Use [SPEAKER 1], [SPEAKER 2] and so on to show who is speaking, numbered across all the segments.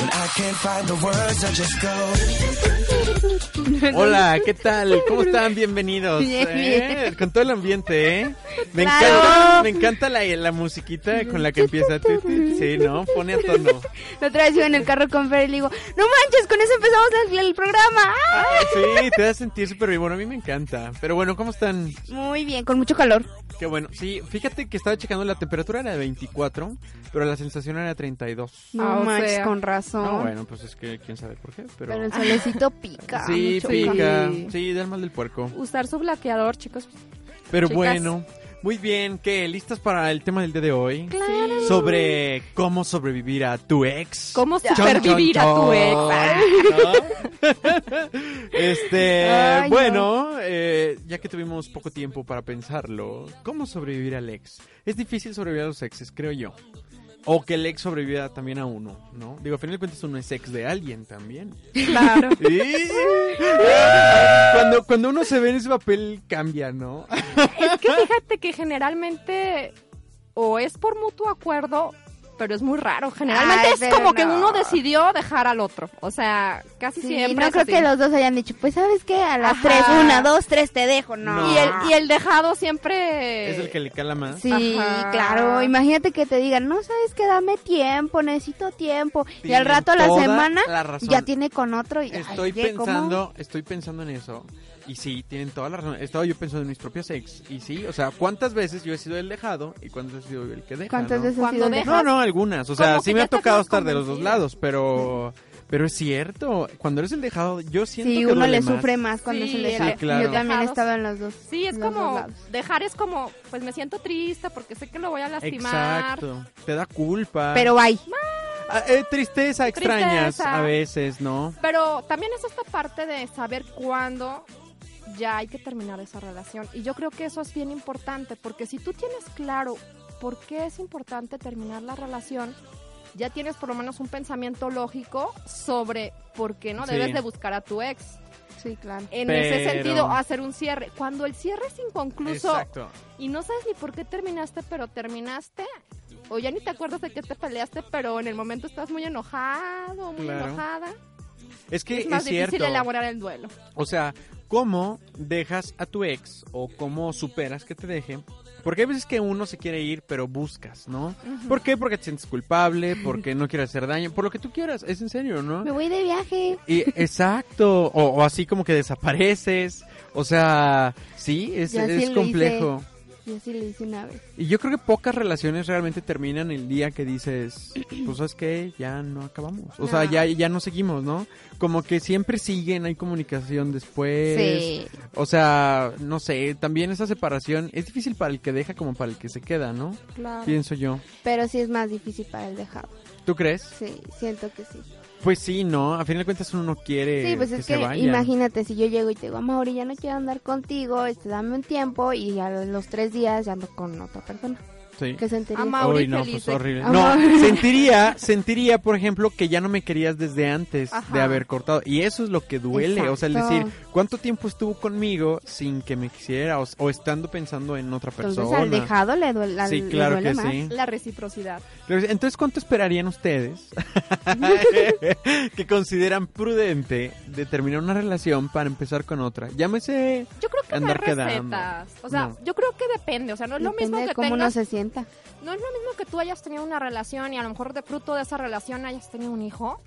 [SPEAKER 1] When I can't find the words, I just go.
[SPEAKER 2] Hola, ¿qué tal? ¿Cómo están? Bienvenidos.
[SPEAKER 3] Bien,
[SPEAKER 2] ¿eh? Con todo el ambiente, ¿eh? Me
[SPEAKER 3] Claro.
[SPEAKER 2] encanta, me encanta la, la musiquita con la que empieza. Tu, tu, Sí, ¿no? Pone a tono.
[SPEAKER 3] La otra vez iba en el carro con Fer y le digo, no manches, con eso empezamos el, el programa. ¡Ah!
[SPEAKER 2] Sí, te da a sentir súper bien. Bueno, a mí me encanta. Pero bueno, ¿cómo están?
[SPEAKER 3] Muy bien, con mucho calor.
[SPEAKER 2] Qué bueno. Sí, fíjate que estaba checando, la temperatura era de 24, pero la sensación era de 32.
[SPEAKER 3] No
[SPEAKER 4] Ah, o
[SPEAKER 3] manches,
[SPEAKER 4] sea.
[SPEAKER 3] con razón.
[SPEAKER 2] No, bueno, pues es que quién sabe por qué, pero...
[SPEAKER 3] Pero el solecito pica.
[SPEAKER 2] sí,
[SPEAKER 3] mucho
[SPEAKER 2] pica.
[SPEAKER 3] calor.
[SPEAKER 4] calor.
[SPEAKER 2] Sí, da el mal del puerco.
[SPEAKER 4] Usar su blaqueador, chicos.
[SPEAKER 2] Pero
[SPEAKER 4] Chicas.
[SPEAKER 2] bueno, muy bien. ¿Qué? ¿Listas para el tema del día de hoy?
[SPEAKER 3] Claro.
[SPEAKER 2] Sobre cómo sobrevivir a tu ex.
[SPEAKER 4] ¿Cómo
[SPEAKER 3] Chon,
[SPEAKER 4] supervivir a tu ex?
[SPEAKER 2] Este,
[SPEAKER 3] Ay,
[SPEAKER 2] bueno, eh, ya que tuvimos poco tiempo para pensarlo, ¿cómo sobrevivir al ex? Es difícil sobrevivir a los exes, creo yo. O que el ex sobreviva también a uno, ¿no? Digo, a final de cuentas uno es ex de alguien también.
[SPEAKER 4] Claro.
[SPEAKER 2] Y- cuando, cuando uno se ve en ese papel cambia, ¿no?
[SPEAKER 4] Es que fíjate que generalmente o es por mutuo acuerdo, pero es muy raro. Generalmente
[SPEAKER 3] Ay,
[SPEAKER 4] es
[SPEAKER 3] pero
[SPEAKER 4] como que
[SPEAKER 3] no.
[SPEAKER 4] uno decidió dejar al otro. O sea, casi
[SPEAKER 3] Sí,
[SPEAKER 4] siempre.
[SPEAKER 3] no
[SPEAKER 4] es
[SPEAKER 3] creo
[SPEAKER 4] así.
[SPEAKER 3] que los dos hayan dicho, pues sabes qué, a las
[SPEAKER 4] Ajá.
[SPEAKER 3] tres, una, dos, tres, te dejo, no.
[SPEAKER 2] No.
[SPEAKER 4] Y el, y el dejado siempre.
[SPEAKER 2] Es el que le cala más.
[SPEAKER 3] Sí,
[SPEAKER 4] Ajá.
[SPEAKER 3] claro, imagínate que te digan, no sabes qué, dame tiempo, necesito tiempo. y al
[SPEAKER 2] Tienen
[SPEAKER 3] rato a la
[SPEAKER 2] toda
[SPEAKER 3] semana
[SPEAKER 2] la razón.
[SPEAKER 3] ya tiene con otro y ay,
[SPEAKER 2] Estoy
[SPEAKER 3] oye, ¿cómo?
[SPEAKER 2] pensando, estoy pensando en eso. Y sí, tienen toda la razón. Estaba yo pensando en mis propios ex. Y sí, o sea, ¿cuántas veces yo he sido el dejado y cuántas veces he sido el que deja?
[SPEAKER 3] ¿Cuántas
[SPEAKER 2] no?
[SPEAKER 3] veces has
[SPEAKER 4] Cuando
[SPEAKER 3] sido
[SPEAKER 4] dejas-
[SPEAKER 3] dejado?
[SPEAKER 2] No, no, algunas. O
[SPEAKER 4] Como
[SPEAKER 2] sea,
[SPEAKER 4] que
[SPEAKER 2] sí me
[SPEAKER 4] ya
[SPEAKER 2] ha
[SPEAKER 4] te
[SPEAKER 2] tocado
[SPEAKER 4] acabas
[SPEAKER 2] estar de los dos
[SPEAKER 4] convencido.
[SPEAKER 2] lados, pero pero es cierto, cuando eres el dejado, yo siento
[SPEAKER 3] Sí,
[SPEAKER 2] que
[SPEAKER 3] uno
[SPEAKER 2] duele
[SPEAKER 3] le
[SPEAKER 2] más.
[SPEAKER 3] sufre más cuando
[SPEAKER 4] Sí,
[SPEAKER 3] se le
[SPEAKER 4] el-
[SPEAKER 3] sale.
[SPEAKER 2] Sí, claro.
[SPEAKER 3] Yo también
[SPEAKER 4] Dejados.
[SPEAKER 3] estaba en los dos.
[SPEAKER 4] Sí, es
[SPEAKER 3] en los dos
[SPEAKER 4] como.
[SPEAKER 3] lados.
[SPEAKER 4] Dejar es como, pues me siento triste porque sé que lo voy a lastimar.
[SPEAKER 2] Exacto. Te da culpa.
[SPEAKER 3] Pero bye.
[SPEAKER 2] Ah, eh, tristeza extrañas
[SPEAKER 4] Tristeza.
[SPEAKER 2] a veces, ¿no?
[SPEAKER 4] Pero también es esta parte de saber cuándo ya hay que terminar esa relación. Y yo creo que eso es bien importante, porque si tú tienes claro por qué es importante terminar la relación, ya tienes por lo menos un pensamiento lógico sobre por qué no
[SPEAKER 2] Sí.
[SPEAKER 4] debes de buscar a tu ex.
[SPEAKER 3] Sí, claro.
[SPEAKER 4] En
[SPEAKER 2] Pero-
[SPEAKER 4] ese sentido, hacer un cierre. Cuando el cierre es inconcluso
[SPEAKER 2] Exacto.
[SPEAKER 4] y no sabes ni por qué terminaste, pero terminaste, o ya ni te acuerdas de qué te peleaste, pero en el momento estás muy enojado, muy
[SPEAKER 2] Claro.
[SPEAKER 4] enojada.
[SPEAKER 2] Es que es,
[SPEAKER 4] Es más
[SPEAKER 2] cierto.
[SPEAKER 4] difícil elaborar el duelo.
[SPEAKER 2] O sea, ¿cómo dejas a tu ex o cómo superas que te deje? Porque hay veces que uno se quiere ir, pero buscas, ¿no? ¿Por qué? Porque te sientes culpable, porque no quieres hacer daño, por lo que tú quieras, es en serio, ¿no?
[SPEAKER 3] Me voy de viaje.
[SPEAKER 2] Y, exacto, o, o así como que desapareces, o sea, sí, es,
[SPEAKER 3] Yo sí
[SPEAKER 2] es
[SPEAKER 3] lo
[SPEAKER 2] complejo.
[SPEAKER 3] Yo sí lo hice una vez.
[SPEAKER 2] Y yo creo que pocas relaciones realmente terminan el día que dices, pues sabes que ya no acabamos, o sea,
[SPEAKER 3] No.
[SPEAKER 2] ya, ya no seguimos, ¿no? Como que siempre siguen, hay comunicación después.
[SPEAKER 3] Sí.
[SPEAKER 2] O sea, no sé, también esa separación es difícil para el que deja como para el que se queda, ¿no?
[SPEAKER 4] Claro.
[SPEAKER 2] Pienso yo.
[SPEAKER 3] Pero sí es más difícil para el dejado.
[SPEAKER 2] ¿Tú crees?
[SPEAKER 3] Sí, siento que sí.
[SPEAKER 2] Pues sí, ¿no? A final de cuentas uno no quiere
[SPEAKER 3] Sí, pues
[SPEAKER 2] que
[SPEAKER 3] es
[SPEAKER 2] se
[SPEAKER 3] que
[SPEAKER 2] vaya.
[SPEAKER 3] imagínate si yo llego y te digo, Mauri, ya no quiero andar contigo, este, dame un tiempo y a los tres días ya ando con otra persona.
[SPEAKER 2] Sí.
[SPEAKER 3] ¿Qué sentiría?
[SPEAKER 4] Ama- Mauri
[SPEAKER 2] Uy, no,
[SPEAKER 4] feliz
[SPEAKER 2] pues
[SPEAKER 4] de-
[SPEAKER 2] horrible.
[SPEAKER 3] Ah,
[SPEAKER 2] No,
[SPEAKER 3] Mauri.
[SPEAKER 2] sentiría, sentiría, por ejemplo, que ya no me querías desde antes
[SPEAKER 4] Ajá.
[SPEAKER 2] de haber cortado. Y eso es lo que duele. O sea, el
[SPEAKER 3] Exacto.
[SPEAKER 2] decir, ¿cuánto tiempo estuvo conmigo sin que me quisiera o, o estando pensando en otra persona?
[SPEAKER 3] Entonces al dejado le duele, al-
[SPEAKER 2] sí,
[SPEAKER 3] le
[SPEAKER 2] claro
[SPEAKER 3] duele
[SPEAKER 2] que
[SPEAKER 3] más.
[SPEAKER 2] sí.
[SPEAKER 4] La reciprocidad.
[SPEAKER 2] Pero, Entonces, ¿cuánto esperarían ustedes que consideran prudente de terminar una relación para empezar con otra? Llámese...
[SPEAKER 4] Yo creo que no hay
[SPEAKER 2] Andar quedando.
[SPEAKER 4] recetas. O sea,
[SPEAKER 2] No.
[SPEAKER 4] yo creo que depende. O sea, no es lo
[SPEAKER 3] Depende
[SPEAKER 4] mismo
[SPEAKER 3] de
[SPEAKER 4] que
[SPEAKER 3] cómo uno
[SPEAKER 4] tengas.
[SPEAKER 3] se sienta.
[SPEAKER 4] No es lo mismo que tú hayas tenido una relación y a lo mejor de fruto de esa relación hayas tenido un hijo.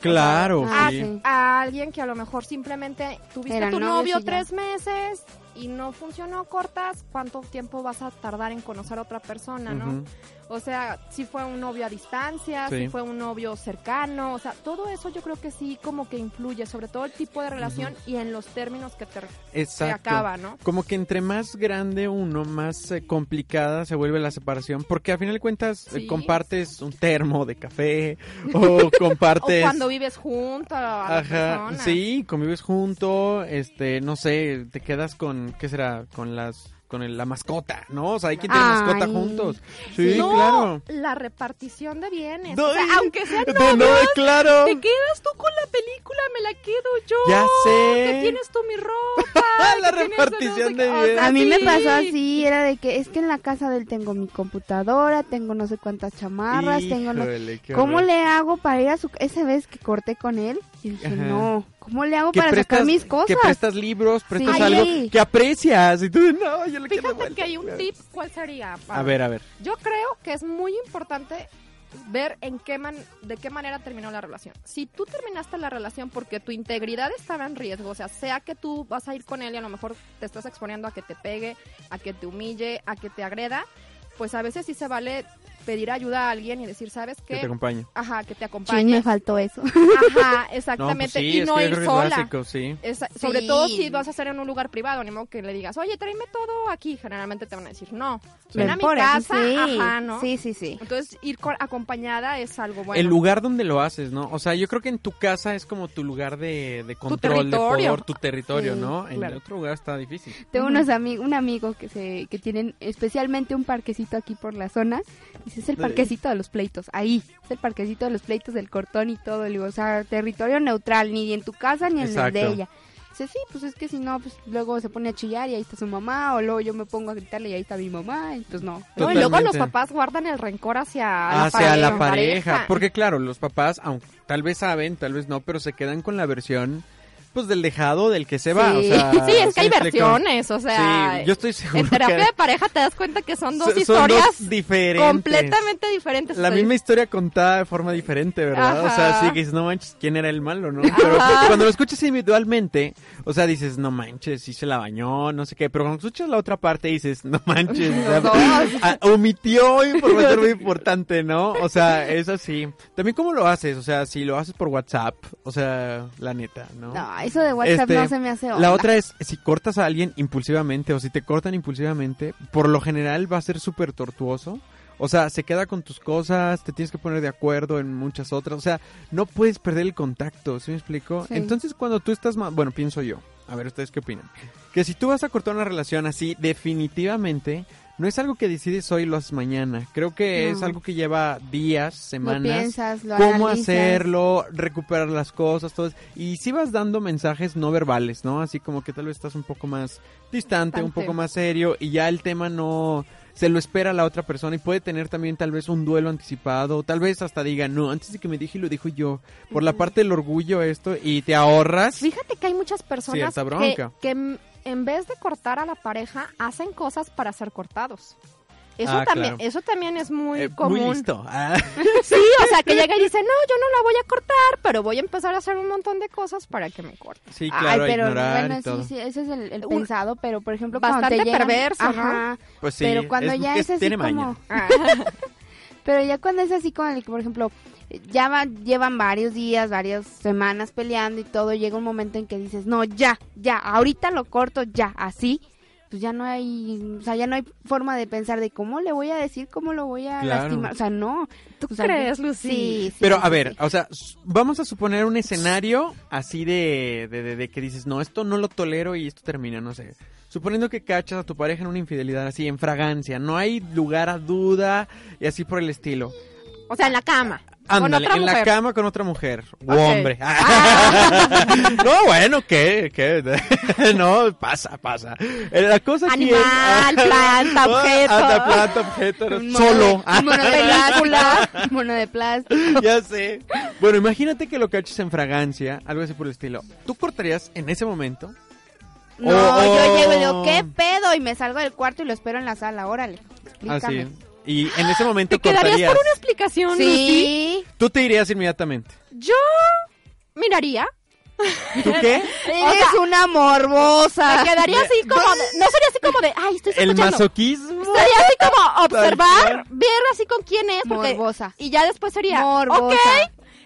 [SPEAKER 2] Claro,
[SPEAKER 3] Ah,
[SPEAKER 2] sí.
[SPEAKER 3] sí.
[SPEAKER 4] a alguien que a lo mejor simplemente tuviste
[SPEAKER 3] Eran
[SPEAKER 4] tu
[SPEAKER 3] novios
[SPEAKER 4] novio
[SPEAKER 3] y ya.
[SPEAKER 4] tres meses y no funcionó, cortas, ¿cuánto tiempo vas a tardar en conocer a otra persona, no?
[SPEAKER 2] Ujú.
[SPEAKER 4] O sea, si fue un novio a distancia,
[SPEAKER 2] Sí.
[SPEAKER 4] si fue un novio cercano, o sea, todo eso yo creo que sí como que influye, sobre todo el tipo de relación y en los términos que te, se
[SPEAKER 2] Exacto.
[SPEAKER 4] acaba, ¿no?
[SPEAKER 2] Como que entre más grande uno, más eh, complicada se vuelve la separación, porque a final de cuentas eh,
[SPEAKER 4] Sí.
[SPEAKER 2] compartes un termo de café o compartes...
[SPEAKER 4] O cuando vives junto a la
[SPEAKER 2] Ajá,
[SPEAKER 4] persona.
[SPEAKER 2] sí, convives junto, este, no sé, te quedas con, ¿qué será? Con las, con el- la mascota, ¿no? O sea, hay quien tiene mascota
[SPEAKER 3] Ay.
[SPEAKER 2] juntos. Sí,
[SPEAKER 4] no,
[SPEAKER 2] claro.
[SPEAKER 4] la repartición de bienes.
[SPEAKER 2] No,
[SPEAKER 4] o sea,
[SPEAKER 2] y-
[SPEAKER 4] aunque sean
[SPEAKER 2] No, no, claro.
[SPEAKER 4] Te quedas tú con la película, me la quedo yo.
[SPEAKER 2] Ya sé.
[SPEAKER 4] Que tienes tú mi ropa.
[SPEAKER 2] La
[SPEAKER 4] que tienes no sé
[SPEAKER 2] repartición
[SPEAKER 4] qué.
[SPEAKER 2] de
[SPEAKER 4] O sea,
[SPEAKER 2] bienes.
[SPEAKER 3] A mí me
[SPEAKER 4] sí.
[SPEAKER 3] pasó así, era de que es que en la casa de él tengo mi computadora, tengo no sé cuántas chamarras, tengo no...
[SPEAKER 2] Híjole, qué
[SPEAKER 3] ¿Cómo
[SPEAKER 2] horror.
[SPEAKER 3] le hago para ir a su... Esa vez que corté con él, y dije,
[SPEAKER 2] Ajá.
[SPEAKER 3] no, ¿cómo le hago
[SPEAKER 2] que
[SPEAKER 3] para
[SPEAKER 2] prestas,
[SPEAKER 3] sacar mis
[SPEAKER 2] Que
[SPEAKER 3] cosas?
[SPEAKER 2] prestas libros, prestas
[SPEAKER 3] Sí.
[SPEAKER 2] algo
[SPEAKER 3] Ahí.
[SPEAKER 2] que aprecias. Y tú, no, yo le quiero de
[SPEAKER 4] Fíjate
[SPEAKER 2] vuelta.
[SPEAKER 4] que hay un tip, ¿cuál sería?
[SPEAKER 2] A ver, a ver.
[SPEAKER 4] Yo creo que es muy importante ver en qué man- de qué manera terminó la relación. Si tú terminaste la relación porque tu integridad estaba en riesgo, o sea, sea que tú vas a ir con él y a lo mejor te estás exponiendo a que te pegue, a que te humille, a que te agreda, pues a veces sí se vale pedir ayuda a alguien y decir, ¿sabes
[SPEAKER 2] Que te
[SPEAKER 4] qué?
[SPEAKER 2] acompañe.
[SPEAKER 4] Ajá, que te
[SPEAKER 3] Chin, me
[SPEAKER 4] acompañe.
[SPEAKER 3] faltó eso.
[SPEAKER 4] Ajá,
[SPEAKER 2] No, pues
[SPEAKER 4] exactamente.
[SPEAKER 2] sí,
[SPEAKER 4] y
[SPEAKER 2] es
[SPEAKER 4] no
[SPEAKER 2] que yo
[SPEAKER 4] ir
[SPEAKER 2] creo que es
[SPEAKER 4] sola.
[SPEAKER 2] básico, sí.
[SPEAKER 4] Esa- sobre todo si vas a hacer en un lugar privado, ni modo que le digas, oye, tráeme todo aquí. Generalmente te van a decir, no.
[SPEAKER 2] Sí.
[SPEAKER 4] Ven a mi
[SPEAKER 3] Por eso,
[SPEAKER 4] casa,
[SPEAKER 3] sí.
[SPEAKER 4] ajá, ¿no?
[SPEAKER 3] Sí, sí, sí.
[SPEAKER 4] Entonces, ir co- acompañada es algo bueno.
[SPEAKER 2] El lugar donde lo haces, ¿no? O sea, yo creo que en tu casa es como tu lugar de, de control, de
[SPEAKER 4] territorio.
[SPEAKER 2] poder, tu territorio,
[SPEAKER 3] Sí,
[SPEAKER 2] ¿no? En
[SPEAKER 4] claro.
[SPEAKER 2] otro lugar está difícil.
[SPEAKER 3] Tengo
[SPEAKER 4] Ujú.
[SPEAKER 3] unos ami- un amigo que se que tienen especialmente un parquecito aquí por la zona. Dice, es el parquecito de los pleitos, ahí. Es el parquecito de los pleitos del cortón y todo. Le digo, o sea, territorio neutral, ni en tu casa ni en el
[SPEAKER 2] Exacto.
[SPEAKER 3] de ella. Dice, sí, pues es que si no, pues luego se pone a chillar y ahí está su mamá. O luego yo me pongo a gritarle y ahí está mi mamá. Y pues no.
[SPEAKER 4] No, y luego los
[SPEAKER 2] Totalmente. Ah,
[SPEAKER 4] papás guardan el rencor hacia Ah, la
[SPEAKER 2] Hacia
[SPEAKER 4] pareja.
[SPEAKER 2] la pareja. Porque claro, los papás, aunque tal vez saben, tal vez no, pero se quedan con la versión, pues, del dejado, del que se va.
[SPEAKER 3] Sí.
[SPEAKER 2] O sea,
[SPEAKER 4] Sí, es que hay
[SPEAKER 2] me explico?
[SPEAKER 4] versiones, o sea,
[SPEAKER 2] Sí, yo estoy seguro
[SPEAKER 4] en terapia
[SPEAKER 2] que
[SPEAKER 4] de pareja te das cuenta que son dos
[SPEAKER 2] son- son
[SPEAKER 4] historias
[SPEAKER 2] dos diferentes.
[SPEAKER 4] completamente diferentes.
[SPEAKER 2] La
[SPEAKER 4] Estoy-
[SPEAKER 2] misma historia contada de forma diferente, ¿verdad? O sea,
[SPEAKER 4] Ajá.
[SPEAKER 2] sí que dices, no manches, ¿quién era el malo, no? Pero cuando lo escuchas individualmente, o sea, dices, no manches, sí se la bañó, no sé qué. Pero cuando escuchas la otra parte dices, no manches, o sea, ah, omitió información muy importante, ¿no? O sea, es así. También cómo lo haces, o sea, si lo haces por WhatsApp, o sea, la neta, ¿no?
[SPEAKER 3] No, eso de WhatsApp
[SPEAKER 2] Este,
[SPEAKER 3] no se me hace onda.
[SPEAKER 2] La otra es, si cortas a alguien impulsivamente o si te cortan impulsivamente, por lo general va a ser súper tortuoso. O sea, se queda con tus cosas, te tienes que poner de acuerdo en muchas otras. O sea, no puedes perder el contacto, ¿sí me explico?
[SPEAKER 3] Sí.
[SPEAKER 2] Entonces, cuando tú estás más... Bueno, pienso yo. A ver, ¿ustedes qué opinan? Que si tú vas a cortar una relación así, definitivamente, no es algo que decides hoy y lo haces mañana. Creo que
[SPEAKER 3] No.
[SPEAKER 2] es algo que lleva días,
[SPEAKER 3] Lo
[SPEAKER 2] semanas
[SPEAKER 3] piensas, lo
[SPEAKER 2] cómo
[SPEAKER 3] analizas.
[SPEAKER 2] hacerlo, recuperar las cosas, todo. eso. Y si vas dando mensajes no verbales, ¿no? Así como que tal vez estás un poco más distante, un
[SPEAKER 4] Distante.
[SPEAKER 2] poco más serio y ya el tema no se lo espera la otra persona y puede tener también tal vez un duelo anticipado, tal vez hasta diga, "No, antes de que me dije y lo dijo yo." Por la parte del orgullo esto y te ahorras.
[SPEAKER 4] Fíjate que hay muchas personas
[SPEAKER 2] Cierta
[SPEAKER 4] que,
[SPEAKER 2] bronca.
[SPEAKER 4] que m- en vez de cortar a la pareja, hacen cosas para ser cortados. Eso,
[SPEAKER 2] Ah,
[SPEAKER 4] también,
[SPEAKER 2] claro.
[SPEAKER 4] eso también es muy
[SPEAKER 2] eh,
[SPEAKER 4] común.
[SPEAKER 2] muy listo. Ah,
[SPEAKER 4] Sí, o sea, que llega y dice, no, yo no la voy a cortar, pero voy a empezar a hacer un montón de cosas para que me corte.
[SPEAKER 2] sí, claro,
[SPEAKER 3] Ay, pero
[SPEAKER 2] ignorar y
[SPEAKER 3] bueno,
[SPEAKER 2] todo.
[SPEAKER 3] sí, sí, ese es el, el
[SPEAKER 4] Un-
[SPEAKER 3] pensado, pero por ejemplo, cuando te
[SPEAKER 4] Bastante
[SPEAKER 3] llegan,
[SPEAKER 4] perverso, ¿no?
[SPEAKER 3] ajá,
[SPEAKER 2] Pues sí,
[SPEAKER 3] pero cuando
[SPEAKER 2] es-
[SPEAKER 3] ya
[SPEAKER 2] es-
[SPEAKER 3] es, así
[SPEAKER 2] tiene
[SPEAKER 3] como
[SPEAKER 2] maña.
[SPEAKER 3] Ah. pero ya cuando es así como el que, por ejemplo ya va- llevan varios días varias semanas peleando y todo llega un momento en que dices no ya ya ahorita lo corto ya así pues ya no hay o sea ya no hay forma de pensar de cómo le voy a decir cómo lo voy a
[SPEAKER 2] Claro.
[SPEAKER 3] lastimar o sea no
[SPEAKER 4] ¿Tú
[SPEAKER 3] O sea,
[SPEAKER 4] crees,
[SPEAKER 3] sí,
[SPEAKER 4] Lucy?
[SPEAKER 3] sí,
[SPEAKER 2] Pero
[SPEAKER 3] sí,
[SPEAKER 2] a ver,
[SPEAKER 3] sí.
[SPEAKER 2] o sea, s- vamos a suponer un escenario así de, de, de- de que dices, no, esto no lo tolero y esto termina, no sé. Suponiendo que cachas a tu pareja en una infidelidad así, en fragancia, no hay lugar a duda y así por el estilo.
[SPEAKER 4] O sea, en la cama.
[SPEAKER 2] Ándale,
[SPEAKER 4] otra
[SPEAKER 2] en la
[SPEAKER 4] mujer.
[SPEAKER 2] cama con otra mujer. U
[SPEAKER 4] Ok. Ah.
[SPEAKER 2] hombre. no, bueno, ¿qué? ¿Qué? no, pasa, pasa. Eh, La cosa aquí es-
[SPEAKER 4] Animal, planta, objeto.
[SPEAKER 2] Hasta planta, objeto.
[SPEAKER 3] Un mono de-
[SPEAKER 2] Solo.
[SPEAKER 3] un mono de plástico, un mono de plástico
[SPEAKER 2] ya sé. Bueno, imagínate que lo caches en fragancia, algo así por el estilo. ¿Tú cortarías en ese momento?
[SPEAKER 3] no
[SPEAKER 2] Oh.
[SPEAKER 3] yo llego y digo qué pedo y me salgo del cuarto y lo espero en la sala órale explícame
[SPEAKER 2] Así. Y en ese momento
[SPEAKER 4] ¿Te quedarías
[SPEAKER 2] cortarías.
[SPEAKER 4] por una explicación, Lucy?
[SPEAKER 3] sí
[SPEAKER 2] Tú te irías inmediatamente.
[SPEAKER 4] Yo miraría,
[SPEAKER 2] ¿Tú qué?
[SPEAKER 3] Eres una morbosa.
[SPEAKER 4] me quedaría así como, de- no sería así como de, ay, estoy
[SPEAKER 2] El
[SPEAKER 4] escuchando.
[SPEAKER 2] masoquismo.
[SPEAKER 4] Sería así como
[SPEAKER 2] Tal
[SPEAKER 4] observar, ver así con quién es, porque
[SPEAKER 3] Morbosa.
[SPEAKER 4] y ya después sería,
[SPEAKER 3] Morbosa.
[SPEAKER 4] ok,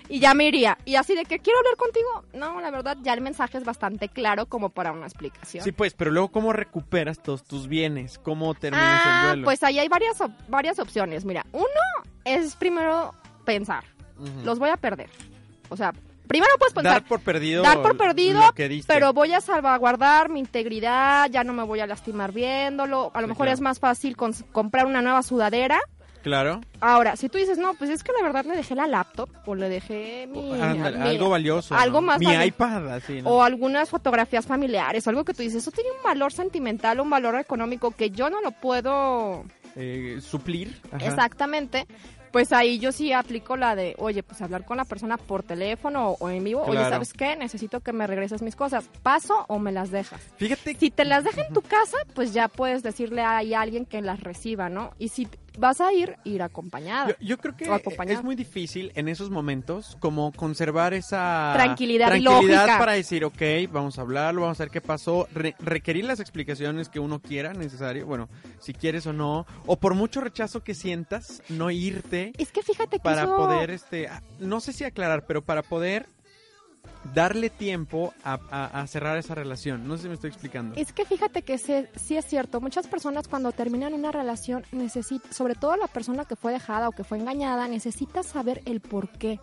[SPEAKER 4] y ya me iría. Y así de que quiero hablar contigo. No, la verdad, ya el mensaje es bastante claro como para una explicación.
[SPEAKER 2] Sí, pues, pero luego, ¿cómo recuperas todos tus bienes? ¿Cómo terminas el
[SPEAKER 4] ah,
[SPEAKER 2] duelo?
[SPEAKER 4] pues ahí hay varias, op- varias opciones. Mira, uno es primero pensar,
[SPEAKER 2] Ujú.
[SPEAKER 4] los voy a perder. O sea, primero puedes pensar,
[SPEAKER 2] Dar por perdido.
[SPEAKER 4] dar por perdido,
[SPEAKER 2] lo que diste.
[SPEAKER 4] pero voy a salvaguardar mi integridad, ya no me voy a lastimar viéndolo. A lo
[SPEAKER 2] Sí,
[SPEAKER 4] mejor
[SPEAKER 2] claro.
[SPEAKER 4] es más fácil cons- comprar una nueva sudadera
[SPEAKER 2] Claro.
[SPEAKER 4] Ahora, si tú dices, no, pues es que la verdad le dejé la laptop o le dejé mi,
[SPEAKER 2] Ándale,
[SPEAKER 4] mi-
[SPEAKER 2] algo valioso.
[SPEAKER 4] algo
[SPEAKER 2] ¿no?
[SPEAKER 4] más
[SPEAKER 2] Mi
[SPEAKER 4] valioso.
[SPEAKER 2] iPad, así. ¿no?
[SPEAKER 4] o algunas fotografías familiares, algo que tú dices, eso tiene un valor sentimental, un valor económico que yo no lo puedo
[SPEAKER 2] Eh, suplir. Ajá.
[SPEAKER 4] exactamente, pues ahí yo sí aplico la de, oye, pues hablar con la persona por teléfono o en vivo, oye,
[SPEAKER 2] Claro.
[SPEAKER 4] ¿sabes qué? Necesito que me regreses mis cosas, paso o me las dejas.
[SPEAKER 2] Fíjate que
[SPEAKER 4] Si te las deja en tu casa, pues ya puedes decirle ahí a alguien que las reciba, ¿no? Y si vas a ir, ir acompañada.
[SPEAKER 2] Yo, yo creo
[SPEAKER 4] O
[SPEAKER 2] que
[SPEAKER 4] acompañado.
[SPEAKER 2] es muy difícil en esos momentos como conservar esa
[SPEAKER 4] Tranquilidad y
[SPEAKER 2] tranquilidad
[SPEAKER 4] lógica.
[SPEAKER 2] para decir, ok, vamos a hablarlo, vamos a ver qué pasó, re- requerir las explicaciones que uno quiera, necesario, bueno, si quieres o no, o por mucho rechazo que sientas, no irte
[SPEAKER 4] Es que fíjate que
[SPEAKER 2] para
[SPEAKER 4] eso-
[SPEAKER 2] poder, este, a- no sé si aclarar, pero para poder darle tiempo a, a- a cerrar esa relación. No sé si me estoy explicando.
[SPEAKER 4] Es que fíjate que se- sí es cierto. Muchas personas cuando terminan una relación necesitan, sobre todo la persona que fue dejada o que fue engañada, necesita saber el por qué.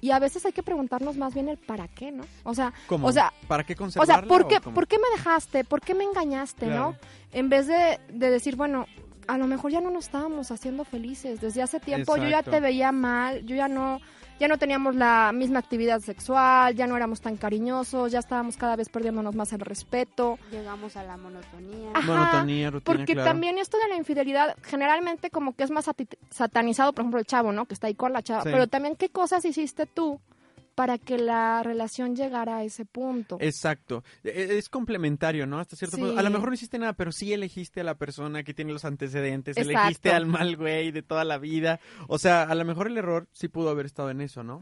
[SPEAKER 4] Y a veces hay que preguntarnos más bien el para qué, ¿no? O sea,
[SPEAKER 2] ¿Cómo?
[SPEAKER 4] o sea,
[SPEAKER 2] ¿Para qué
[SPEAKER 4] o
[SPEAKER 2] conservarla?
[SPEAKER 4] sea, ¿por qué,
[SPEAKER 2] cómo?
[SPEAKER 4] ¿por qué me dejaste? ¿Por qué me engañaste,
[SPEAKER 2] Claro.
[SPEAKER 4] no? En vez de, de decir, bueno, a lo mejor ya no nos estábamos haciendo felices. Desde hace tiempo yo ya
[SPEAKER 2] Exacto.
[SPEAKER 4] te veía mal, yo ya no, ya no teníamos la misma actividad sexual, ya no éramos tan cariñosos, ya estábamos cada vez perdiéndonos más el respeto.
[SPEAKER 3] Llegamos a la monotonía.
[SPEAKER 4] Ajá,
[SPEAKER 2] Monotonía, rutina,
[SPEAKER 4] Porque
[SPEAKER 2] claro.
[SPEAKER 4] también esto de la infidelidad generalmente como que es más sati- satanizado, por ejemplo, el chavo, ¿no? Que está ahí con la chava.
[SPEAKER 2] Sí.
[SPEAKER 4] Pero también qué cosas hiciste tú para que la relación llegara a ese punto.
[SPEAKER 2] Exacto. E- Es complementario, ¿no? Hasta cierto
[SPEAKER 4] Sí.
[SPEAKER 2] punto. A lo mejor no hiciste nada, pero sí elegiste a la persona que tiene los antecedentes,
[SPEAKER 4] Exacto.
[SPEAKER 2] elegiste al mal güey de toda la vida. O sea, a lo mejor el error sí pudo haber estado en eso, ¿no?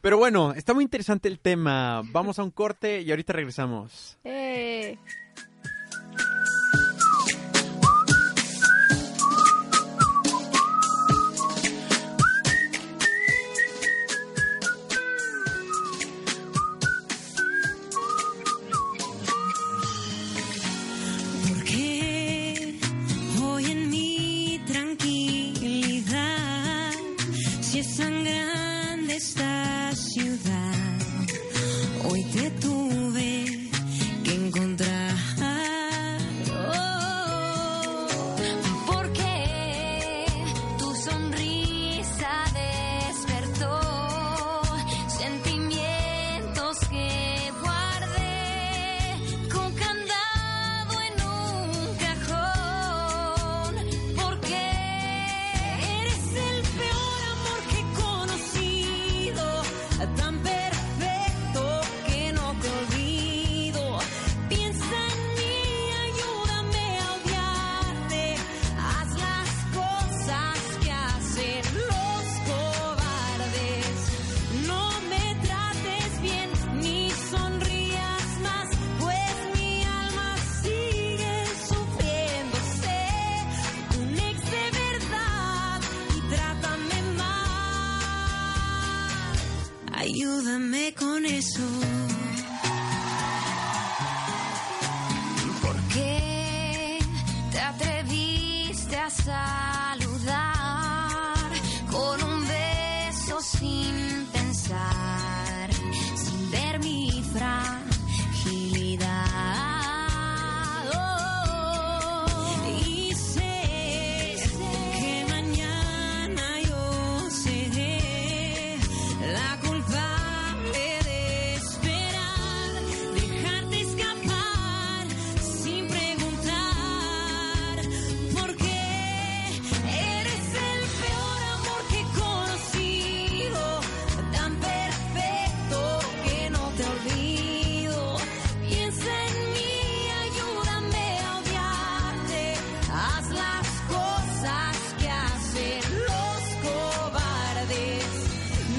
[SPEAKER 2] Pero bueno, está muy interesante el tema. Vamos a un corte y ahorita regresamos.
[SPEAKER 4] Eh,
[SPEAKER 5] Porque voy en mi tranquilidad, si es tan grande esta ciudad, hoy te tuve que encontrar. Oh, porque tu sonrisa despertó sentimientos que guardé con candado en un cajón. Porque eres el peor amor que he conocido, tan perfecto que no te olvido. Piensa en mí, ayúdame a odiarte. Haz las cosas que hacen los cobardes. No me trates bien ni sonrías más, pues mi alma sigue sufriéndose. Un ex de verdad y trátame mal. Ayúdame con eso. ¿Por qué te atreviste a saludar con un beso sin pensar, sin ver mi fragilidad? Oh, oh, oh. Y sé que mañana yo seré la culpable de esperar. pues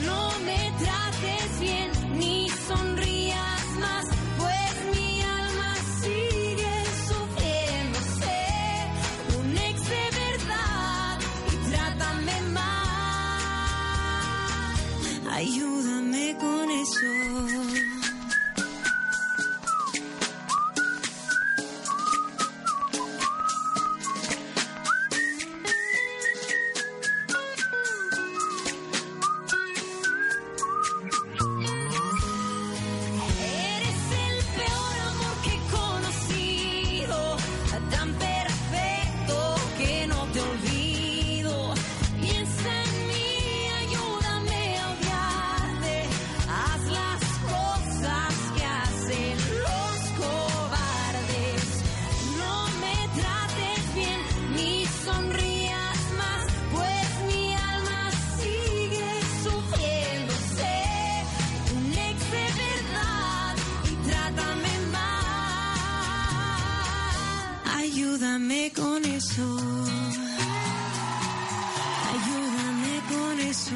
[SPEAKER 5] Déjame con eso. Eres el peor amor que he conocido, tan perfecto que no te olvido. Piensa en mí, ayúdame a odiarte, haz las cosas que hacen los cobardes. No me trates bien ni sonrías más, pues mi alma sigue sufriéndose. Un ex de verdad y trátame mal. Ayúdame con eso. Ayúdame con eso.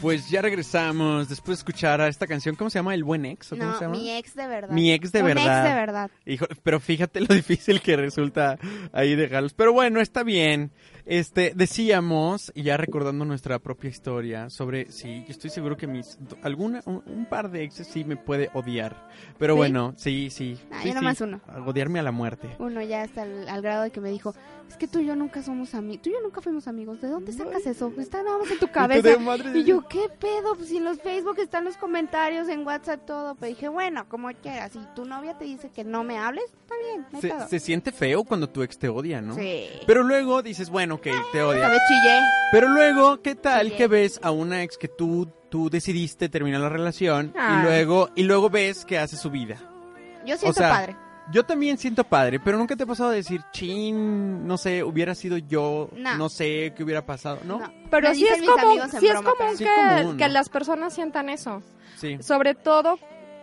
[SPEAKER 2] Pues ya regresamos después de escuchar a esta canción. ¿Cómo se llama? ¿El buen ex? ¿O cómo se
[SPEAKER 3] No,
[SPEAKER 2] llama?
[SPEAKER 3] mi ex de verdad.
[SPEAKER 2] Mi ex de
[SPEAKER 3] Un ex
[SPEAKER 2] verdad.
[SPEAKER 3] de verdad.
[SPEAKER 2] Hijo, pero fíjate lo difícil que resulta ahí dejarlos. Pero bueno, está bien. Este, decíamos, y ya recordando nuestra propia historia, sobre sí, yo estoy seguro que mis alguna, un, un par de exes sí me puede odiar. Pero
[SPEAKER 3] ¿Sí?
[SPEAKER 2] bueno, sí, sí.
[SPEAKER 3] Ah,
[SPEAKER 2] sí,
[SPEAKER 3] yo
[SPEAKER 2] sí,
[SPEAKER 3] nomás uno.
[SPEAKER 2] Odiarme a la muerte.
[SPEAKER 3] Uno ya hasta al, al grado de que me dijo, es que tú y yo nunca somos amigos, tú y yo nunca fuimos amigos, ¿de dónde sacas eso? Está nada más en tu cabeza.
[SPEAKER 2] de madre de
[SPEAKER 3] Y yo, ¿qué pedo? Pues si en los Facebook están los comentarios, en WhatsApp todo. pues". Pero dije, bueno, como quieras. Si tu novia te dice que no me hables, está bien, no hay
[SPEAKER 2] Se,
[SPEAKER 3] pedo.
[SPEAKER 2] se siente feo cuando tu ex te odia, ¿no?
[SPEAKER 3] Sí.
[SPEAKER 2] Pero luego dices, bueno, ok, te odia.
[SPEAKER 3] Una vez chillé.
[SPEAKER 2] Pero luego, ¿qué tal
[SPEAKER 3] Oye.
[SPEAKER 2] que ves a una ex que tú, tú decidiste terminar la relación
[SPEAKER 3] Ah.
[SPEAKER 2] y luego, y luego ves que hace su vida?
[SPEAKER 3] Yo siento
[SPEAKER 2] sea,
[SPEAKER 3] padre.
[SPEAKER 2] Yo también siento padre, pero nunca te ha pasado a decir, chin, no sé, hubiera sido yo,
[SPEAKER 3] No.
[SPEAKER 2] no, sé qué hubiera pasado, ¿no?
[SPEAKER 3] No.
[SPEAKER 4] Pero
[SPEAKER 3] Me
[SPEAKER 4] sí es
[SPEAKER 3] dicen mis
[SPEAKER 4] común,
[SPEAKER 3] amigos en
[SPEAKER 4] sí es
[SPEAKER 3] broma, pues.
[SPEAKER 4] común
[SPEAKER 2] Sí,
[SPEAKER 4] que,
[SPEAKER 2] común,
[SPEAKER 4] que
[SPEAKER 2] ¿no?
[SPEAKER 4] las personas sientan eso.
[SPEAKER 2] Sí.
[SPEAKER 4] Sobre todo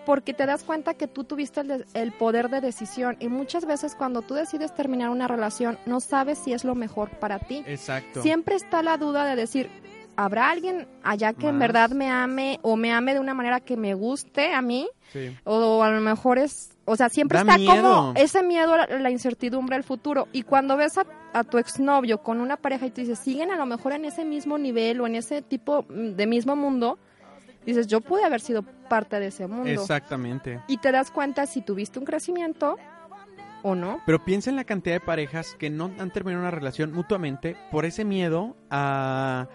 [SPEAKER 4] porque te das cuenta que tú tuviste el, de- el poder de decisión y muchas veces cuando tú decides terminar una relación no sabes si es lo mejor para ti.
[SPEAKER 2] Exacto.
[SPEAKER 4] Siempre está la duda de decir, ¿habrá alguien allá que en
[SPEAKER 2] Más.
[SPEAKER 4] verdad me ame o me ame de una manera que me guste a mí?
[SPEAKER 2] Sí.
[SPEAKER 4] O a lo mejor es, o sea, siempre
[SPEAKER 2] Da
[SPEAKER 4] está como
[SPEAKER 2] miedo.
[SPEAKER 4] ese miedo, la, la incertidumbre al futuro. Y cuando ves a, a tu exnovio con una pareja y tú dices, siguen a lo mejor en ese mismo nivel o en ese tipo mm, de mismo mundo, dices, yo pude haber sido parte de ese mundo.
[SPEAKER 2] Exactamente.
[SPEAKER 4] Y te das cuenta si tuviste un crecimiento o no.
[SPEAKER 2] Pero piensa en la cantidad de parejas que no han terminado una relación mutuamente por ese miedo a...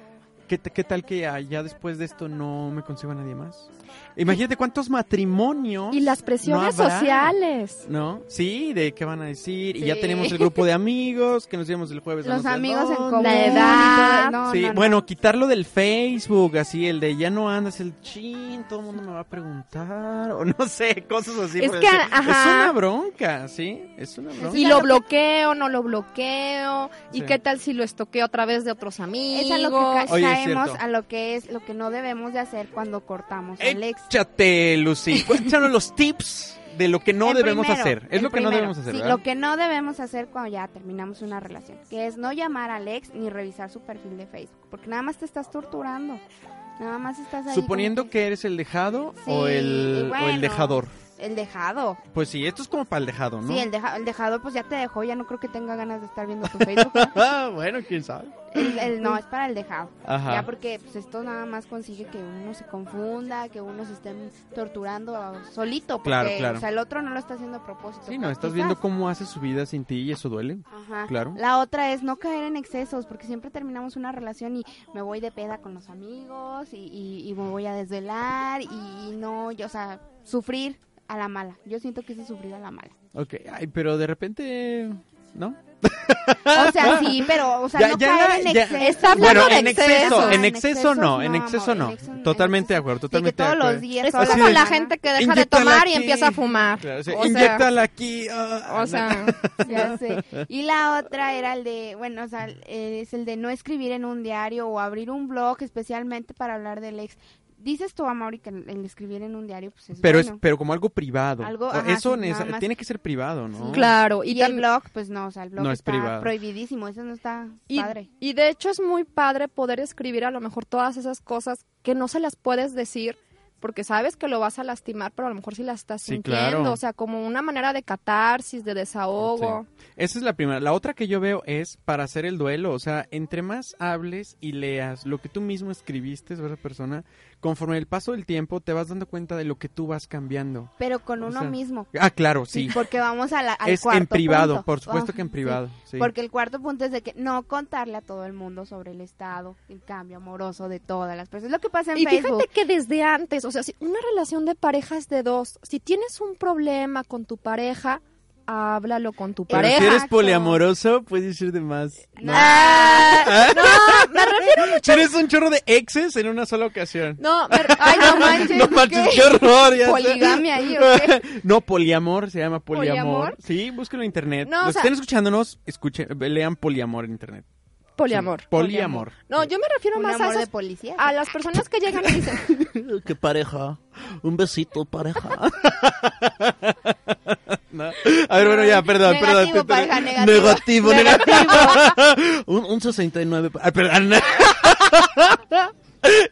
[SPEAKER 2] ¿Qué, t- qué tal que ah, ya después de esto no me consigo a nadie más? Imagínate cuántos matrimonios...
[SPEAKER 4] Y las presiones
[SPEAKER 2] habrá.
[SPEAKER 4] sociales.
[SPEAKER 2] ¿No? Sí, de qué van a decir. Y
[SPEAKER 3] Sí.
[SPEAKER 2] ya tenemos el grupo de amigos que nos vemos el jueves. a
[SPEAKER 3] Los
[SPEAKER 2] no sé
[SPEAKER 3] amigos en
[SPEAKER 2] dónde.
[SPEAKER 3] común.
[SPEAKER 4] La edad.
[SPEAKER 3] No,
[SPEAKER 2] sí,
[SPEAKER 3] no, no.
[SPEAKER 2] bueno, quitarlo del Facebook, así, el de ya no andas, el chin, todo el mundo me va a preguntar, o no sé, cosas así.
[SPEAKER 4] Es
[SPEAKER 2] por el
[SPEAKER 4] que,
[SPEAKER 2] estilo. es
[SPEAKER 4] ajá.
[SPEAKER 2] una bronca, ¿sí? Es una bronca.
[SPEAKER 4] Y lo bloqueo, no lo bloqueo. ¿Y
[SPEAKER 2] Sí.
[SPEAKER 4] qué tal si lo estoqueo a través de otros amigos?
[SPEAKER 3] Es a lo que ca-
[SPEAKER 2] Oye, es
[SPEAKER 3] caemos,
[SPEAKER 2] cierto. Eh,
[SPEAKER 3] a lo que es, lo que no debemos de hacer cuando cortamos al ex.
[SPEAKER 2] Échate, Lucy, cuéntanos los tips de lo que no
[SPEAKER 3] El
[SPEAKER 2] debemos
[SPEAKER 3] primero,
[SPEAKER 2] hacer. Es
[SPEAKER 3] el
[SPEAKER 2] lo que no
[SPEAKER 3] primero.
[SPEAKER 2] debemos hacer,
[SPEAKER 3] Sí,
[SPEAKER 2] ¿verdad?
[SPEAKER 3] lo que no debemos hacer cuando ya terminamos una relación, que es no llamar al ex ni revisar su perfil de Facebook, porque nada más te estás torturando. Nada más estás ahí.
[SPEAKER 2] Suponiendo
[SPEAKER 3] como
[SPEAKER 2] que eres el dejado
[SPEAKER 3] Sí,
[SPEAKER 2] o, el, o
[SPEAKER 3] bueno.
[SPEAKER 2] el dejador.
[SPEAKER 3] el dejado.
[SPEAKER 2] Pues sí, esto es como para el dejado, ¿no?
[SPEAKER 3] Sí, el, deja- el dejado pues ya te dejó, ya no creo que tenga ganas de estar viendo tu Facebook.
[SPEAKER 2] Ah, bueno, quién sabe.
[SPEAKER 3] El- el- no, es para el dejado.
[SPEAKER 2] Ajá.
[SPEAKER 3] Ya porque pues, esto nada más consigue que uno se confunda, que uno se esté torturando a- solito, porque
[SPEAKER 2] Claro, claro.
[SPEAKER 3] o sea, el otro no lo está haciendo a propósito.
[SPEAKER 2] Sí, no, estás
[SPEAKER 3] Quizás.
[SPEAKER 2] viendo cómo hace su vida sin ti y eso duele.
[SPEAKER 3] Ajá.
[SPEAKER 2] Claro.
[SPEAKER 3] La otra es no caer en excesos, porque siempre terminamos una relación y me voy de peda con los amigos y, y- y me voy a desvelar y, y no, yo, o sea, sufrir a la mala. Yo siento que sí sufrir a la mala.
[SPEAKER 2] Ok, ay, pero de repente, ¿no?
[SPEAKER 3] O sea, sí, pero, o sea,
[SPEAKER 2] Ya-
[SPEAKER 3] no
[SPEAKER 2] ya
[SPEAKER 3] caer
[SPEAKER 2] la-
[SPEAKER 3] en
[SPEAKER 2] ya-
[SPEAKER 3] excesos.
[SPEAKER 4] Está hablando
[SPEAKER 2] bueno,
[SPEAKER 4] de
[SPEAKER 2] en exceso,
[SPEAKER 4] excesos.
[SPEAKER 2] en exceso no, en
[SPEAKER 3] amor,
[SPEAKER 2] exceso no.
[SPEAKER 3] en exceso- en
[SPEAKER 2] Totalmente de
[SPEAKER 3] exceso.
[SPEAKER 2] acuerdo,
[SPEAKER 3] Sí, que
[SPEAKER 2] totalmente de
[SPEAKER 3] todos los
[SPEAKER 2] acuerdo.
[SPEAKER 3] días.
[SPEAKER 4] Es
[SPEAKER 3] toda
[SPEAKER 2] Así
[SPEAKER 4] como
[SPEAKER 2] de-
[SPEAKER 4] la gente que deja de
[SPEAKER 2] Inyéctala
[SPEAKER 4] tomar y
[SPEAKER 2] aquí.
[SPEAKER 4] empieza a fumar.
[SPEAKER 2] Claro, o sea,
[SPEAKER 4] O sea,
[SPEAKER 2] inyéctala aquí. ah,
[SPEAKER 4] O sea,
[SPEAKER 3] Ya sé. Y la otra era el de, bueno, o sea, eh, es el de no escribir en un diario o abrir un blog especialmente para hablar del ex. Dices tú a Mauri que el el escribir en un diario, pues es
[SPEAKER 2] pero
[SPEAKER 3] bueno.
[SPEAKER 2] es, pero como algo privado.
[SPEAKER 3] Algo,
[SPEAKER 2] O-
[SPEAKER 3] ajá,
[SPEAKER 2] eso
[SPEAKER 3] sí,
[SPEAKER 2] nece-
[SPEAKER 3] nada más.
[SPEAKER 2] tiene que ser privado, ¿no?
[SPEAKER 4] claro.
[SPEAKER 3] Y,
[SPEAKER 4] Y,
[SPEAKER 3] el
[SPEAKER 4] tam-
[SPEAKER 3] blog, pues no, o sea, el blog
[SPEAKER 2] No es
[SPEAKER 3] está
[SPEAKER 2] privado.
[SPEAKER 3] prohibidísimo, eso no está
[SPEAKER 4] y,
[SPEAKER 3] padre.
[SPEAKER 4] y de hecho es muy padre poder escribir a lo mejor todas esas cosas que no se las puedes decir porque sabes que lo vas a lastimar, pero a lo mejor sí la estás
[SPEAKER 2] Sí,
[SPEAKER 4] sintiendo,
[SPEAKER 2] claro.
[SPEAKER 4] o sea, como una manera de catarsis, de desahogo.
[SPEAKER 2] Esa es la primera. La otra que yo veo es para hacer el duelo. O sea, entre más hables y leas lo que tú mismo escribiste sobre esa persona, conforme el paso del tiempo te vas dando cuenta de lo que tú vas cambiando.
[SPEAKER 3] Pero con
[SPEAKER 2] O
[SPEAKER 3] uno
[SPEAKER 2] sea,
[SPEAKER 3] mismo.
[SPEAKER 2] Ah, claro, sí.
[SPEAKER 3] Porque vamos a la, al
[SPEAKER 2] es
[SPEAKER 3] cuarto
[SPEAKER 2] en privado,
[SPEAKER 3] punto.
[SPEAKER 2] por supuesto
[SPEAKER 3] Ah,
[SPEAKER 2] que en
[SPEAKER 3] sí.
[SPEAKER 2] privado. sí.
[SPEAKER 3] Porque el cuarto punto es de que no contarle a todo el mundo sobre el estado, el cambio amoroso de todas las personas. Lo que pasa en
[SPEAKER 4] Y
[SPEAKER 3] Facebook.
[SPEAKER 4] fíjate que desde antes, o sea, si una relación de parejas de dos, si tienes un problema con tu pareja, háblalo con tu
[SPEAKER 2] Pero
[SPEAKER 4] pareja.
[SPEAKER 2] si eres
[SPEAKER 3] Exacto.
[SPEAKER 2] poliamoroso, puedes ir de más. No.
[SPEAKER 3] Ah, no, me refiero
[SPEAKER 2] Tienes un chorro de exes en una sola ocasión.
[SPEAKER 4] No, pero-
[SPEAKER 3] Ay, no manches.
[SPEAKER 2] No
[SPEAKER 3] ¿qué?
[SPEAKER 2] manches, qué horror. ya sé.
[SPEAKER 3] Poligamia ahí, ¿o qué?
[SPEAKER 2] No, poliamor se llama poliamor.
[SPEAKER 4] ¿Poliamor?
[SPEAKER 2] Sí, búsquelo en internet.
[SPEAKER 4] No, o
[SPEAKER 2] Los que
[SPEAKER 4] sea-
[SPEAKER 2] estén escuchándonos, escuchen, lean poliamor en internet.
[SPEAKER 4] poliamor.
[SPEAKER 2] Sí, poliamor.
[SPEAKER 4] No, yo me refiero
[SPEAKER 3] Un
[SPEAKER 4] más a
[SPEAKER 3] amor de
[SPEAKER 4] esas,
[SPEAKER 3] policía.
[SPEAKER 4] a las personas que llegan y dicen,
[SPEAKER 6] Qué pareja. Un besito, pareja.
[SPEAKER 2] A ver, bueno, ya, perdón,
[SPEAKER 3] Negativo,
[SPEAKER 2] perdón.
[SPEAKER 3] pareja, negativo.
[SPEAKER 6] Negativo, negativo. un, un 69. pa- Ah, perdón.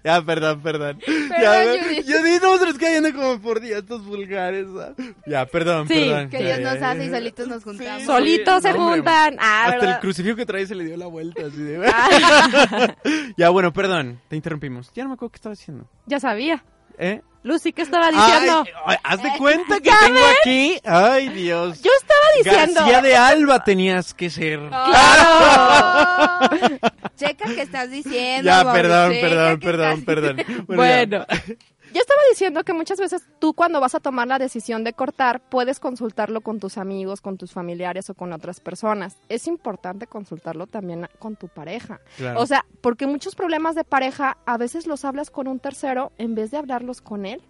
[SPEAKER 2] Ya, perdón, perdón.
[SPEAKER 3] Perdón,
[SPEAKER 2] ya, ve-
[SPEAKER 3] Judith.
[SPEAKER 2] Judith, no, se nos cayendo como por día estos vulgares. ah. Ya, perdón,
[SPEAKER 4] Sí,
[SPEAKER 2] perdón.
[SPEAKER 3] que
[SPEAKER 2] Ya,
[SPEAKER 3] Dios
[SPEAKER 2] ya,
[SPEAKER 3] nos
[SPEAKER 2] ya.
[SPEAKER 3] hace y solitos nos juntamos.
[SPEAKER 2] Sí.
[SPEAKER 4] solitos se
[SPEAKER 2] No, hombre.
[SPEAKER 4] juntan. Ah,
[SPEAKER 2] Hasta el
[SPEAKER 4] ¿verdad?
[SPEAKER 2] crucifijo que trae se le dio la vuelta. Así de...
[SPEAKER 3] Ah.
[SPEAKER 2] ya, bueno, perdón, te interrumpimos. Ya no me acuerdo qué estaba diciendo.
[SPEAKER 4] Ya sabía.
[SPEAKER 2] ¿Eh?
[SPEAKER 4] Lucy, ¿qué estaba diciendo? eh,
[SPEAKER 2] Ay, ay, haz de cuenta que tengo aquí. Ay, Dios.
[SPEAKER 4] Yo estaba diciendo.
[SPEAKER 2] García de Alba tenías que ser.
[SPEAKER 3] Claro. Checa que estás diciendo.
[SPEAKER 2] ya,
[SPEAKER 3] Mauricio,
[SPEAKER 2] perdón,
[SPEAKER 3] checa
[SPEAKER 2] perdón,
[SPEAKER 3] que
[SPEAKER 2] perdón,
[SPEAKER 3] estás-
[SPEAKER 2] perdón. ya.
[SPEAKER 4] Bueno, yo estaba diciendo que muchas veces tú cuando vas a tomar la decisión de cortar, puedes consultarlo con tus amigos, con tus familiares o con otras personas. Es importante consultarlo también a- con tu pareja.
[SPEAKER 2] Claro.
[SPEAKER 4] O sea, porque muchos problemas de pareja a veces los hablas con un tercero en vez de hablarlos con él.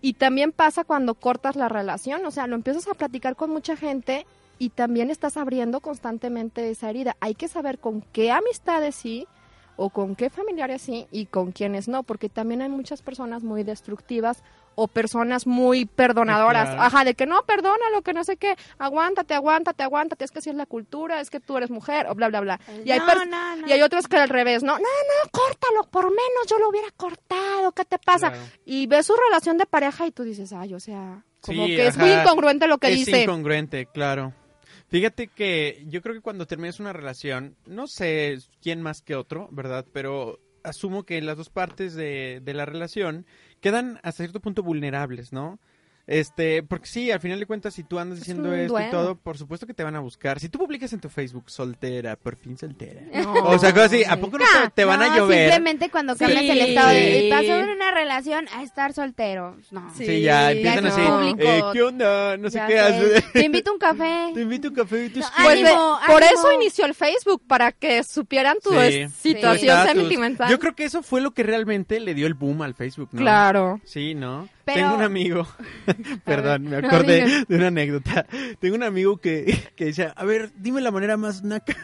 [SPEAKER 4] Y también pasa cuando cortas la relación, o sea, lo empiezas a platicar con mucha gente y también estás abriendo constantemente esa herida. Hay que saber con qué amistades sí o con qué familiares sí y con quiénes no, porque también hay muchas personas muy destructivas o personas muy perdonadoras.
[SPEAKER 2] Sí, claro.
[SPEAKER 4] Ajá, de que no, perdónalo, que no sé qué, aguántate, aguántate, aguántate, es que así es la cultura, es que tú eres mujer, o bla, bla, bla. Y hay,
[SPEAKER 3] No,
[SPEAKER 4] pers-
[SPEAKER 3] no, no.
[SPEAKER 4] y hay otros que al revés, ¿no? No, no, córtalo, por menos yo lo hubiera cortado, ¿qué te pasa?
[SPEAKER 2] Claro.
[SPEAKER 4] Y ves su relación de pareja y tú dices, ay, o sea, como
[SPEAKER 2] Sí,
[SPEAKER 4] que es muy
[SPEAKER 2] ajá.
[SPEAKER 4] incongruente lo que
[SPEAKER 2] es
[SPEAKER 4] dice.
[SPEAKER 2] incongruente, claro. Fíjate que yo creo que cuando terminas una relación, no sé quién más que otro, ¿verdad? Pero asumo que las dos partes de, de la relación quedan hasta cierto punto vulnerables, ¿no? Este, porque sí, al final de cuentas, si tú andas diciendo
[SPEAKER 4] un
[SPEAKER 2] esto y
[SPEAKER 4] duelo.
[SPEAKER 2] todo, por supuesto que te van a buscar. Si tú publicas en tu Facebook soltera, por fin soltera.
[SPEAKER 4] No.
[SPEAKER 2] O sea, cosas así, ¿a poco no te, te van a
[SPEAKER 3] No,
[SPEAKER 2] llover?
[SPEAKER 3] Simplemente cuando
[SPEAKER 4] Sí.
[SPEAKER 3] cambias el estado de
[SPEAKER 4] Sí.
[SPEAKER 3] y pasó de una relación a estar soltero. No.
[SPEAKER 2] Sí, ya empiezan
[SPEAKER 3] ya
[SPEAKER 2] así.
[SPEAKER 3] no. Público.
[SPEAKER 2] eh, ¿Qué onda? No sé
[SPEAKER 3] Ya
[SPEAKER 2] qué
[SPEAKER 3] sé.
[SPEAKER 2] haces.
[SPEAKER 3] Te invito a un café.
[SPEAKER 2] Te invito a un café y tú
[SPEAKER 3] No,
[SPEAKER 2] sí.
[SPEAKER 4] Pues,
[SPEAKER 3] Ánimo,
[SPEAKER 4] eh, por
[SPEAKER 3] ánimo.
[SPEAKER 4] eso inició el Facebook, para que supieran tu
[SPEAKER 2] Sí.
[SPEAKER 4] es-
[SPEAKER 2] Tu
[SPEAKER 4] situación
[SPEAKER 2] estatus.
[SPEAKER 4] sentimental.
[SPEAKER 2] Yo creo que eso fue lo que realmente le dio el boom al Facebook, ¿no?
[SPEAKER 4] Claro.
[SPEAKER 2] Sí, ¿no?
[SPEAKER 3] Pero-
[SPEAKER 2] Tengo un amigo, perdón, me
[SPEAKER 3] no,
[SPEAKER 2] acordé
[SPEAKER 3] dime.
[SPEAKER 2] de una anécdota. Tengo un amigo que, que decía, a ver, dime la manera más naca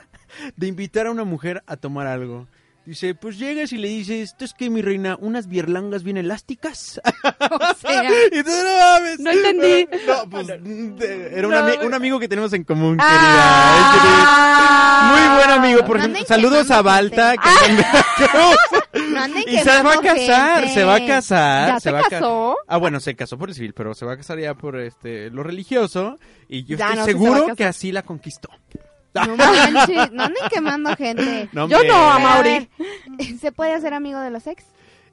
[SPEAKER 2] de invitar a una mujer a tomar algo. Dice, pues llegas y le dices, esto es que mi reina, unas bierlangas bien elásticas.
[SPEAKER 4] O sea,
[SPEAKER 2] y tú, no mames.
[SPEAKER 4] No entendí. Ah,
[SPEAKER 2] No, pues, era un,
[SPEAKER 4] No,
[SPEAKER 2] ami-
[SPEAKER 4] bueno.
[SPEAKER 2] un amigo que tenemos en común, querida. Ay, querida.
[SPEAKER 4] Ah.
[SPEAKER 2] Muy buen amigo, por
[SPEAKER 3] No
[SPEAKER 2] ejemplo.
[SPEAKER 3] anden
[SPEAKER 2] Saludos a
[SPEAKER 3] quemando
[SPEAKER 2] Balta.
[SPEAKER 3] gente.
[SPEAKER 2] que anda-
[SPEAKER 3] No anden
[SPEAKER 2] y se va a
[SPEAKER 3] quemando
[SPEAKER 2] casar,
[SPEAKER 3] gente.
[SPEAKER 2] se va a casar.
[SPEAKER 4] ¿Ya se
[SPEAKER 2] va a ca-
[SPEAKER 4] casó?
[SPEAKER 2] Ah, bueno, se casó por el civil, pero se va a casar ya por este lo religioso. Y yo
[SPEAKER 4] Ya,
[SPEAKER 2] estoy
[SPEAKER 4] no, sí se va a
[SPEAKER 2] seguro
[SPEAKER 4] casar.
[SPEAKER 2] que así la conquistó.
[SPEAKER 3] No manches, no anden quemando gente.
[SPEAKER 2] No,
[SPEAKER 4] Yo
[SPEAKER 2] hombre.
[SPEAKER 4] no, a
[SPEAKER 3] Pero, a
[SPEAKER 4] Mauri.
[SPEAKER 3] ver, ¿Se puede hacer amigo de los ex?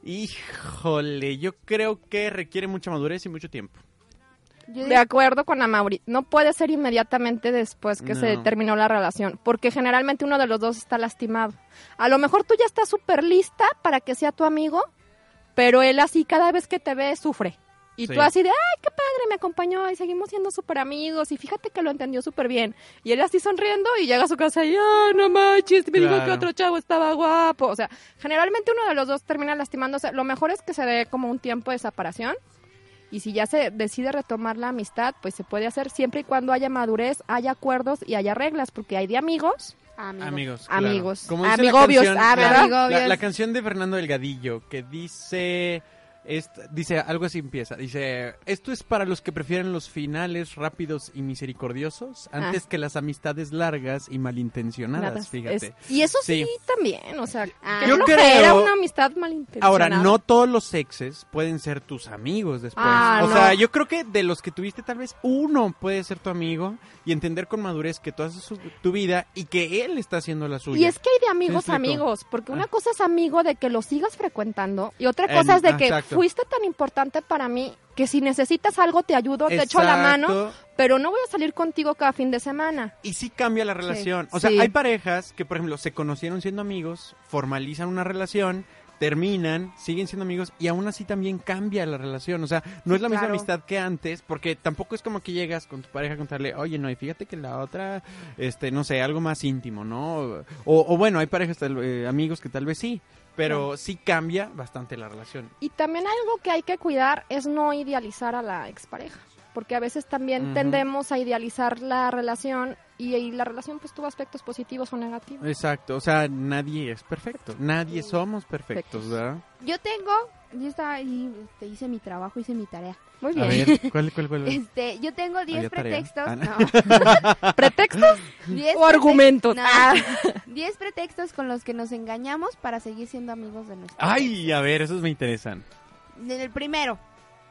[SPEAKER 2] Híjole, yo creo que requiere mucha madurez y mucho tiempo.
[SPEAKER 3] Yo
[SPEAKER 4] De acuerdo con Amaury, no puede ser inmediatamente después que se
[SPEAKER 2] No.
[SPEAKER 4] terminó la relación, porque generalmente uno de los dos está lastimado. A lo mejor tú ya estás súper lista para que sea tu amigo, pero él así cada vez que te ve sufre. Y
[SPEAKER 2] Sí.
[SPEAKER 4] tú así de, ay, qué padre, me acompañó y seguimos siendo súper amigos y fíjate que lo entendió súper bien. Y él así sonriendo y llega a su casa y, ay, no manches, me dijo que
[SPEAKER 2] Claro.
[SPEAKER 4] otro chavo estaba guapo. O sea, generalmente uno de los dos termina lastimándose. Lo mejor es que se dé como un tiempo de separación. Y si ya se decide retomar la amistad, pues se puede hacer siempre y cuando haya madurez, haya acuerdos y haya reglas, porque hay de amigos.
[SPEAKER 3] Amigo.
[SPEAKER 2] Amigos.
[SPEAKER 4] Amigos.
[SPEAKER 2] Como dice la
[SPEAKER 4] Amigobios,
[SPEAKER 2] canción-
[SPEAKER 4] ah,
[SPEAKER 2] la-
[SPEAKER 3] amigobios.
[SPEAKER 2] la- la canción de Fernando Delgadillo que dice... est- dice, algo así empieza. Dice, esto es para los que prefieren los finales rápidos y misericordiosos antes que las amistades largas y
[SPEAKER 4] Ah.
[SPEAKER 2] malintencionadas,
[SPEAKER 4] Nada,
[SPEAKER 2] fíjate.
[SPEAKER 4] es- y eso sí,
[SPEAKER 2] Sí.
[SPEAKER 4] también, o sea,
[SPEAKER 3] Ah.
[SPEAKER 4] que
[SPEAKER 2] Yo
[SPEAKER 4] no
[SPEAKER 2] creo-
[SPEAKER 4] era una amistad malintencionada.
[SPEAKER 2] Ahora, no todos los exes pueden ser tus amigos después.
[SPEAKER 4] Ah,
[SPEAKER 2] o
[SPEAKER 4] no.
[SPEAKER 2] sea, yo creo que de los que tuviste, tal vez uno puede ser tu amigo y entender con madurez que tú haces su- tu vida y que él está haciendo la suya.
[SPEAKER 4] Y es que hay de amigos
[SPEAKER 2] Sí,
[SPEAKER 4] a
[SPEAKER 2] explico.
[SPEAKER 4] amigos, porque una
[SPEAKER 2] Ah.
[SPEAKER 4] cosa es amigo de que lo sigas frecuentando y otra
[SPEAKER 2] En-
[SPEAKER 4] cosa es de
[SPEAKER 2] ah,
[SPEAKER 4] que
[SPEAKER 2] exacto.
[SPEAKER 4] fuiste tan importante para mí que si necesitas algo te ayudo, te echo la mano,
[SPEAKER 2] Exacto.
[SPEAKER 4] pero no voy a salir contigo cada fin de semana.
[SPEAKER 2] Y sí cambia la relación. O sea,
[SPEAKER 4] Sí.
[SPEAKER 2] hay parejas que, por ejemplo, se conocieron siendo amigos, formalizan una relación, terminan, siguen siendo amigos y aún así también cambia la relación. O sea, no
[SPEAKER 4] Sí,
[SPEAKER 2] es la misma
[SPEAKER 4] claro.
[SPEAKER 2] amistad que antes, porque tampoco es como que llegas con tu pareja a contarle, oye, no, y fíjate que la otra, este, no sé, algo más íntimo, ¿no? O, o bueno, hay parejas, tal- eh, amigos que tal vez sí, pero sí cambia bastante la relación.
[SPEAKER 4] Y también algo que hay que cuidar es no idealizar a la expareja, porque a veces también
[SPEAKER 2] Ujú.
[SPEAKER 4] tendemos a idealizar la relación y, y la relación pues tuvo aspectos positivos o negativos.
[SPEAKER 2] Exacto, o sea, nadie es perfecto, nadie somos perfectos, ¿verdad?
[SPEAKER 3] Yo tengo, yo estaba ahí, este, hice mi trabajo, hice mi tarea.
[SPEAKER 4] Muy
[SPEAKER 2] A
[SPEAKER 4] bien.
[SPEAKER 2] ver, ¿cuál, cuál, cuál?
[SPEAKER 3] Este, yo tengo 10
[SPEAKER 2] Mm. ¿Había tarea?
[SPEAKER 3] pretextos.
[SPEAKER 2] Ah,
[SPEAKER 3] No.
[SPEAKER 4] ¿Pretextos
[SPEAKER 3] 10
[SPEAKER 4] o argumentos?
[SPEAKER 3] no.
[SPEAKER 4] Ah.
[SPEAKER 3] 10 pretextos con los que nos engañamos para seguir siendo amigos de nuestros.
[SPEAKER 2] Ay, a ver, esos me interesan.
[SPEAKER 3] En el primero,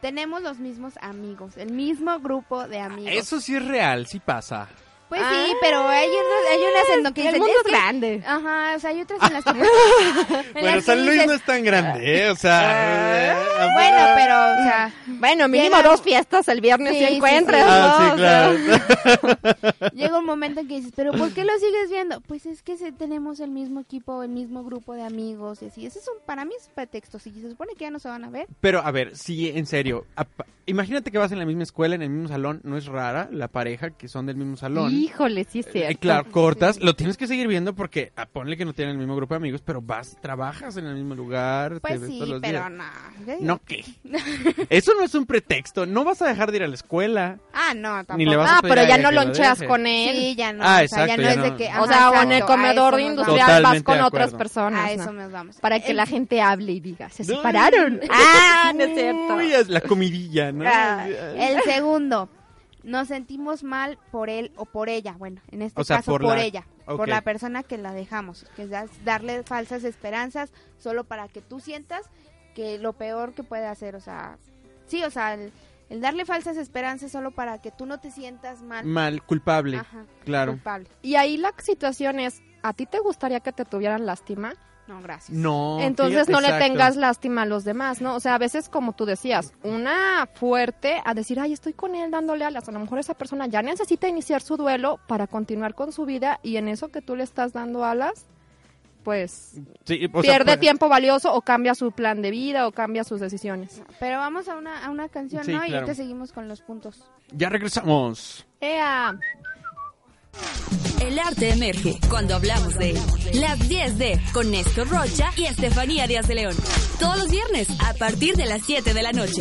[SPEAKER 3] tenemos los mismos amigos, el mismo grupo de amigos.
[SPEAKER 2] Ah, Eso sí es real, sí pasa.
[SPEAKER 3] Pues
[SPEAKER 4] Ah.
[SPEAKER 3] sí, pero hay, unas- hay unas en las que
[SPEAKER 4] El
[SPEAKER 3] dicen,
[SPEAKER 4] mundo
[SPEAKER 3] "Es
[SPEAKER 4] es
[SPEAKER 3] que-".
[SPEAKER 4] grande.
[SPEAKER 3] Ajá, o sea, hay otras en las que... en las que dices,
[SPEAKER 2] es tan grande, ¿eh? O sea. eh,
[SPEAKER 3] Bueno, pero, o sea,
[SPEAKER 4] Bueno, mínimo
[SPEAKER 3] Llega-
[SPEAKER 4] dos fiestas el viernes
[SPEAKER 3] Sí,
[SPEAKER 4] se
[SPEAKER 3] sí,
[SPEAKER 4] encuentran.
[SPEAKER 3] sí.
[SPEAKER 4] ¿no?
[SPEAKER 2] Ah, sí, claro.
[SPEAKER 3] llega un momento en que dices, pero ¿por qué lo sigues viendo? Pues es que se- tenemos el mismo equipo, el mismo grupo de amigos y así. Ese es un, para mí es un pretexto, si se supone que ya no se van a ver.
[SPEAKER 2] Pero a ver, sí, en serio. apa- Imagínate que vas en la misma escuela, en el mismo salón. No es rara la pareja que son del mismo salón.
[SPEAKER 4] Híjole, sí es
[SPEAKER 2] Eh,
[SPEAKER 4] cierto.
[SPEAKER 2] claro, cortas, lo tienes que seguir viendo porque ah, ponle que no tienen el mismo grupo de amigos, pero vas, trabajas en el mismo lugar, te
[SPEAKER 3] Pues
[SPEAKER 2] ves
[SPEAKER 3] sí,
[SPEAKER 2] todos los
[SPEAKER 3] pero
[SPEAKER 2] días.
[SPEAKER 3] no. ¿eh?
[SPEAKER 2] No, ¿qué? Eso no es un pretexto, no vas a dejar de ir a la escuela.
[SPEAKER 3] Ah, no, tampoco.
[SPEAKER 2] le vas a
[SPEAKER 4] Ah,
[SPEAKER 2] pedir
[SPEAKER 4] pero
[SPEAKER 2] a
[SPEAKER 4] ya
[SPEAKER 2] ella
[SPEAKER 4] no
[SPEAKER 2] que lo
[SPEAKER 4] loncheas
[SPEAKER 2] deje.
[SPEAKER 4] con él.
[SPEAKER 3] Sí, ya no.
[SPEAKER 2] Ah,
[SPEAKER 3] o sea, ya
[SPEAKER 2] exacto,
[SPEAKER 3] no
[SPEAKER 2] ya
[SPEAKER 3] es
[SPEAKER 2] no.
[SPEAKER 3] de que...
[SPEAKER 4] o
[SPEAKER 3] ajá,
[SPEAKER 4] sea, o en
[SPEAKER 3] exacto,
[SPEAKER 4] el
[SPEAKER 3] a
[SPEAKER 4] comedor
[SPEAKER 3] eso nos
[SPEAKER 4] industrial vas
[SPEAKER 2] Totalmente
[SPEAKER 4] con
[SPEAKER 2] de
[SPEAKER 4] otras
[SPEAKER 2] acuerdo.
[SPEAKER 4] personas.
[SPEAKER 3] vamos. A eso
[SPEAKER 4] ¿no?
[SPEAKER 3] nos vamos.
[SPEAKER 4] Para que
[SPEAKER 3] El-
[SPEAKER 4] la gente hable y diga, se separaron. ah, no es cierto.
[SPEAKER 2] Uy, es la comidilla, ¿no?
[SPEAKER 3] Ah, El segundo, nos sentimos mal por él o por ella. Bueno, en este
[SPEAKER 2] O sea,
[SPEAKER 3] caso
[SPEAKER 2] por
[SPEAKER 3] por,
[SPEAKER 2] la-
[SPEAKER 3] ella,
[SPEAKER 2] ok.
[SPEAKER 3] por la persona que la dejamos, que es das- darle falsas esperanzas solo para que tú sientas que lo peor que puede hacer, o sea, sí, o sea, el, el darle falsas esperanzas solo para que tú no te sientas mal,
[SPEAKER 2] Mal, culpable,
[SPEAKER 3] Ajá,
[SPEAKER 2] Mm, claro.
[SPEAKER 3] culpable.
[SPEAKER 4] Y ahí la situación es, ¿a ti te gustaría que te tuvieran lástima?
[SPEAKER 3] No, gracias.
[SPEAKER 2] No.
[SPEAKER 4] Entonces
[SPEAKER 2] fíjate,
[SPEAKER 4] no le
[SPEAKER 2] exacto.
[SPEAKER 4] tengas lástima a los demás, ¿no? O sea, a veces como tú decías, una fuerte a decir, ay, estoy con él dándole alas. A lo mejor esa persona ya necesita iniciar su duelo para continuar con su vida y en eso que tú le estás dando alas, pues
[SPEAKER 2] Sí, o sea,
[SPEAKER 4] pierde
[SPEAKER 2] pues,
[SPEAKER 4] tiempo valioso o cambia su plan de vida o cambia sus decisiones.
[SPEAKER 3] Pero vamos a una, a una canción,
[SPEAKER 2] Sí,
[SPEAKER 3] ¿no? Y
[SPEAKER 2] claro.
[SPEAKER 3] ahorita seguimos con los puntos.
[SPEAKER 2] Ya regresamos.
[SPEAKER 4] ¡Ea!
[SPEAKER 7] El arte emerge cuando hablamos de él. Las 10 de con Néstor Rocha y Estefanía Díaz de León. Todos los viernes a partir de las 7 de la noche.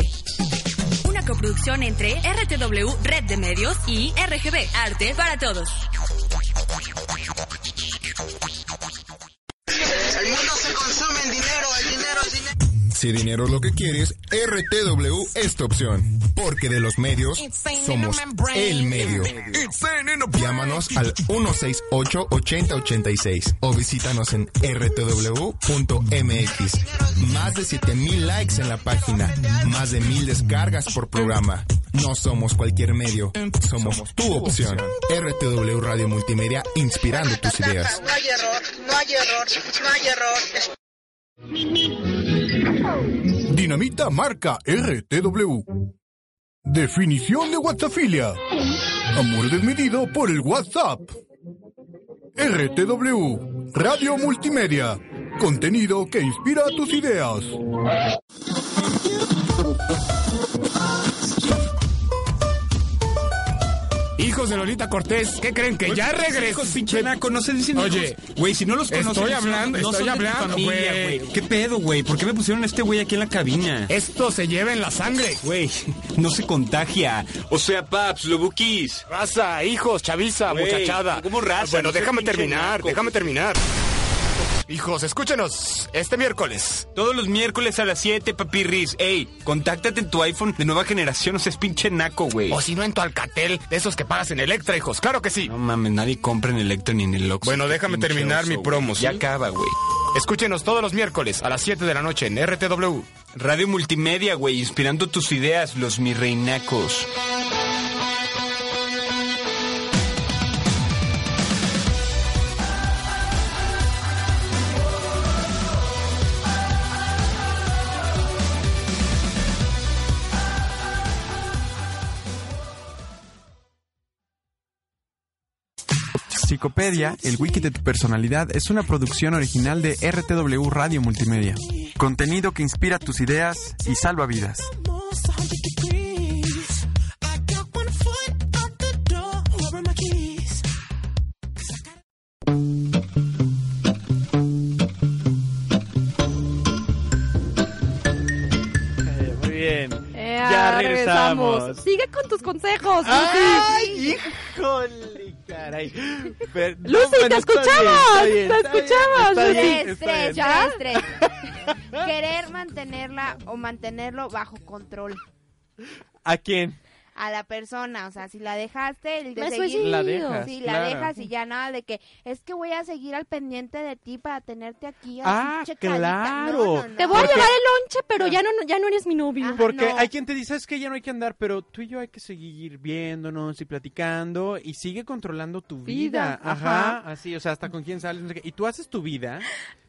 [SPEAKER 7] Una coproducción entre RTW Red de Medios y RGB Arte para Todos.
[SPEAKER 8] Si dinero es lo que quieres, RTW es tu opción. Porque de los medios, somos el medio. Llámanos al 168-8086 o visítanos en rtw.mx. Más de 7000 likes en la página, más de 1000 descargas por programa. No somos cualquier medio, somos tu opción. RTW Radio Multimedia, inspirando tus ideas. Dinamita marca RTW. Definición de WhatsAppilia. Amor desmedido por el WhatsApp. RTW, Radio Multimedia. Contenido que inspira tus ideas.
[SPEAKER 9] Hijos de Lolita Cortés, ¿qué creen que ya regresó? Pinche no se dicen Oye, güey, si no los conoces. Estoy hablando, estoy hablando, güey. ¿Qué pedo, güey? ¿Por qué me pusieron a este güey aquí en la cabina? Esto se lleva en la sangre. Güey, no se contagia. O sea, paps, lobuquis.
[SPEAKER 10] Ah,
[SPEAKER 9] Raza, hijos, chaviza, muchachada. ¿Cómo raza? Bueno, déjame terminar, déjame terminar.
[SPEAKER 10] Hijos, escúchenos este miércoles.
[SPEAKER 9] Todos los miércoles a las 7, papi Riz. Ey, contáctate en tu iPhone de nueva generación, o sea, es pinche naco, güey.
[SPEAKER 10] O si no en tu Alcatel, de esos que pagas en Electra, hijos. Claro que sí.
[SPEAKER 9] No mames, nadie compra en Electra ni en el Oxxo.
[SPEAKER 10] Bueno,
[SPEAKER 9] Qué
[SPEAKER 10] déjame
[SPEAKER 9] pinche
[SPEAKER 10] terminar mi
[SPEAKER 9] güey.
[SPEAKER 10] promo, ¿sí?
[SPEAKER 9] Ya acaba, güey.
[SPEAKER 10] Escúchenos todos los miércoles a las 7 de la noche en RTW.
[SPEAKER 9] Radio Multimedia, güey, inspirando tus ideas, los mi reinacos.
[SPEAKER 11] Psicopedia, el wiki de tu personalidad, es una producción original de RTW Radio Multimedia. Contenido que inspira tus ideas y salva vidas.
[SPEAKER 5] Almost 100 degrees. I got one foot out the door. Where are my keys?
[SPEAKER 2] Muy bien.
[SPEAKER 4] Eh,
[SPEAKER 2] Ya regresamos. Ah.
[SPEAKER 4] Sigue con tus consejos.
[SPEAKER 2] ¡Ay,
[SPEAKER 4] Lucy.
[SPEAKER 2] híjole, caray! Pero- no,
[SPEAKER 4] Lucy,
[SPEAKER 2] bueno,
[SPEAKER 4] te
[SPEAKER 2] está bien,
[SPEAKER 4] escuchamos.
[SPEAKER 2] está bien,
[SPEAKER 4] Te
[SPEAKER 2] está bien,
[SPEAKER 4] escuchamos,
[SPEAKER 2] está bien,
[SPEAKER 4] Lucy.
[SPEAKER 2] está
[SPEAKER 3] Tres,
[SPEAKER 2] bien.
[SPEAKER 3] tres, tres. Querer mantenerla o mantenerlo bajo control
[SPEAKER 2] ¿A quién?
[SPEAKER 3] a la persona, o sea, si la dejaste, el de
[SPEAKER 2] Me
[SPEAKER 3] seguir-
[SPEAKER 2] suicido. La dejas,
[SPEAKER 3] sí, la
[SPEAKER 2] claro.
[SPEAKER 3] dejas y ya nada de que es que voy a seguir al pendiente de ti para tenerte aquí.
[SPEAKER 2] Ah,
[SPEAKER 3] así, checadita".
[SPEAKER 2] claro.
[SPEAKER 3] No, no, no.
[SPEAKER 4] Te voy a
[SPEAKER 2] Porque-
[SPEAKER 4] llevar el lonche, pero ya no, ya no eres mi novio.
[SPEAKER 2] Porque hay quien te dice, es que ya no hay que andar, pero tú y yo hay que seguir viéndonos y platicando y sigue controlando tu vida.
[SPEAKER 4] Vida,
[SPEAKER 2] Ajá,
[SPEAKER 4] ajá.
[SPEAKER 2] así, o sea, hasta con quién sales. no sé qué. Y tú haces tu vida,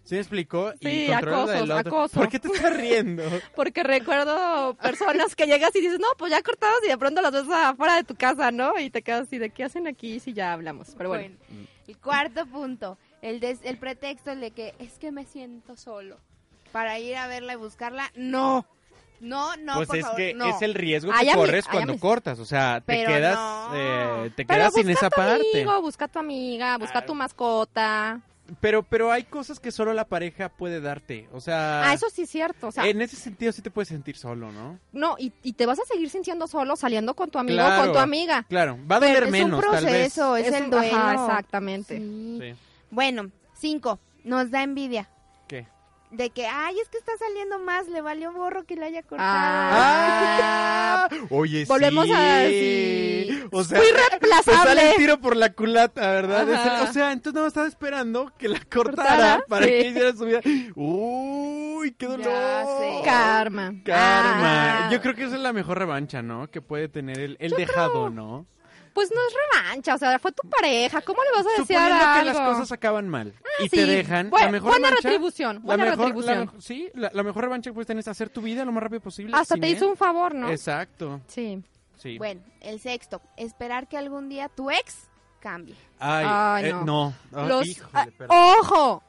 [SPEAKER 2] ¿se me explicó?
[SPEAKER 4] Sí,
[SPEAKER 2] y controlas la
[SPEAKER 4] acosos,
[SPEAKER 2] del otro.
[SPEAKER 4] acoso.
[SPEAKER 2] ¿Por qué te estás riendo?
[SPEAKER 4] Porque recuerdo personas que llegas y dices, no, pues ya cortamos y de pronto las ves afuera de tu casa, ¿no? Y te quedas así, ¿de qué hacen aquí si ya hablamos? Pero bueno.
[SPEAKER 3] Bueno, el cuarto punto, el, des- el pretexto el de que es que me siento solo para ir a verla y buscarla. No, no, no,
[SPEAKER 2] pues
[SPEAKER 3] por
[SPEAKER 2] es
[SPEAKER 3] favor,
[SPEAKER 2] que
[SPEAKER 3] no.
[SPEAKER 2] es el riesgo
[SPEAKER 3] Ay,
[SPEAKER 2] que
[SPEAKER 3] a mí-
[SPEAKER 2] corres
[SPEAKER 3] ay, a
[SPEAKER 2] cuando
[SPEAKER 3] mí-
[SPEAKER 2] cortas, o sea, te
[SPEAKER 3] Pero
[SPEAKER 2] quedas,
[SPEAKER 3] no.
[SPEAKER 2] eh, te
[SPEAKER 4] Pero
[SPEAKER 2] quedas sin
[SPEAKER 4] busca
[SPEAKER 2] esa
[SPEAKER 4] a tu
[SPEAKER 2] parte. Ah.
[SPEAKER 4] amigo, busca a tu amiga, busca a tu mascota.
[SPEAKER 2] Pero, pero hay cosas que solo la pareja puede darte, o sea,
[SPEAKER 4] Ah, eso sí es cierto. O sea,
[SPEAKER 2] en ese sentido sí te puedes sentir solo, ¿no?
[SPEAKER 4] no, y, y te vas a seguir sintiendo solo saliendo con tu amigo o
[SPEAKER 2] Claro,
[SPEAKER 4] con tu
[SPEAKER 3] Ah,
[SPEAKER 4] amiga.
[SPEAKER 2] Claro, va a
[SPEAKER 4] Pero
[SPEAKER 2] doler
[SPEAKER 4] es un
[SPEAKER 2] menos, tal vez.
[SPEAKER 3] proceso, es,
[SPEAKER 4] Es
[SPEAKER 3] el
[SPEAKER 4] un-
[SPEAKER 3] duelo.
[SPEAKER 4] ajá, exactamente.
[SPEAKER 3] Sí.
[SPEAKER 2] Sí.
[SPEAKER 3] Bueno, cinco, nos da envidia.
[SPEAKER 2] ¿Qué?
[SPEAKER 3] De que, ay, es que está saliendo más, le valió borro que le haya cortado.
[SPEAKER 2] Ah, Oye,
[SPEAKER 3] Volvemos
[SPEAKER 2] sí.
[SPEAKER 3] a-
[SPEAKER 4] sí.
[SPEAKER 2] O sea,
[SPEAKER 4] Fui
[SPEAKER 2] te
[SPEAKER 4] reemplazable.
[SPEAKER 2] sale el tiro por la culata, ¿verdad?
[SPEAKER 4] Ajá.
[SPEAKER 2] Es el- o sea, entonces no estaba esperando que la cortara,
[SPEAKER 4] Cortara,
[SPEAKER 2] para
[SPEAKER 4] sí.
[SPEAKER 2] que hiciera su vida. Uy, qué dolor.
[SPEAKER 3] sé.
[SPEAKER 4] Karma.
[SPEAKER 2] Karma.
[SPEAKER 4] Ah.
[SPEAKER 2] Yo creo que esa es la mejor revancha, ¿no? Que puede tener el, el dejado, ¿no?
[SPEAKER 4] Pues no es revancha, o sea, fue tu pareja. ¿Cómo le vas a decir
[SPEAKER 2] Suponiendo
[SPEAKER 4] algo? Ah,
[SPEAKER 2] que las cosas acaban mal y
[SPEAKER 4] sí.
[SPEAKER 2] te dejan,
[SPEAKER 4] Buen-
[SPEAKER 2] la mejor
[SPEAKER 4] buena
[SPEAKER 2] revancha-
[SPEAKER 4] retribución, buena
[SPEAKER 2] la mejor,
[SPEAKER 4] retribución.
[SPEAKER 2] la mejo- sí, la, la mejor revancha que puedes tener es hacer tu vida lo más rápido posible.
[SPEAKER 4] Hasta
[SPEAKER 2] sin
[SPEAKER 4] te
[SPEAKER 2] él.
[SPEAKER 4] hizo un favor, ¿no?
[SPEAKER 2] Exacto.
[SPEAKER 4] Sí.
[SPEAKER 2] Sí.
[SPEAKER 3] Bueno, el sexto, esperar que algún día tu ex cambie.
[SPEAKER 2] Ay,
[SPEAKER 4] Ay,
[SPEAKER 2] eh,
[SPEAKER 4] no.
[SPEAKER 2] no. Ah,
[SPEAKER 4] Los-
[SPEAKER 2] híjole,
[SPEAKER 4] ah,
[SPEAKER 2] perdón.
[SPEAKER 4] ¡Ojo!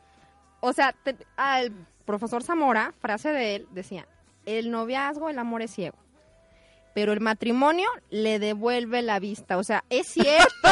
[SPEAKER 4] O sea, te- al profesor Zamora, frase de él, decía, el noviazgo, el amor es ciego. Pero el matrimonio le devuelve la vista. O sea, es cierto. es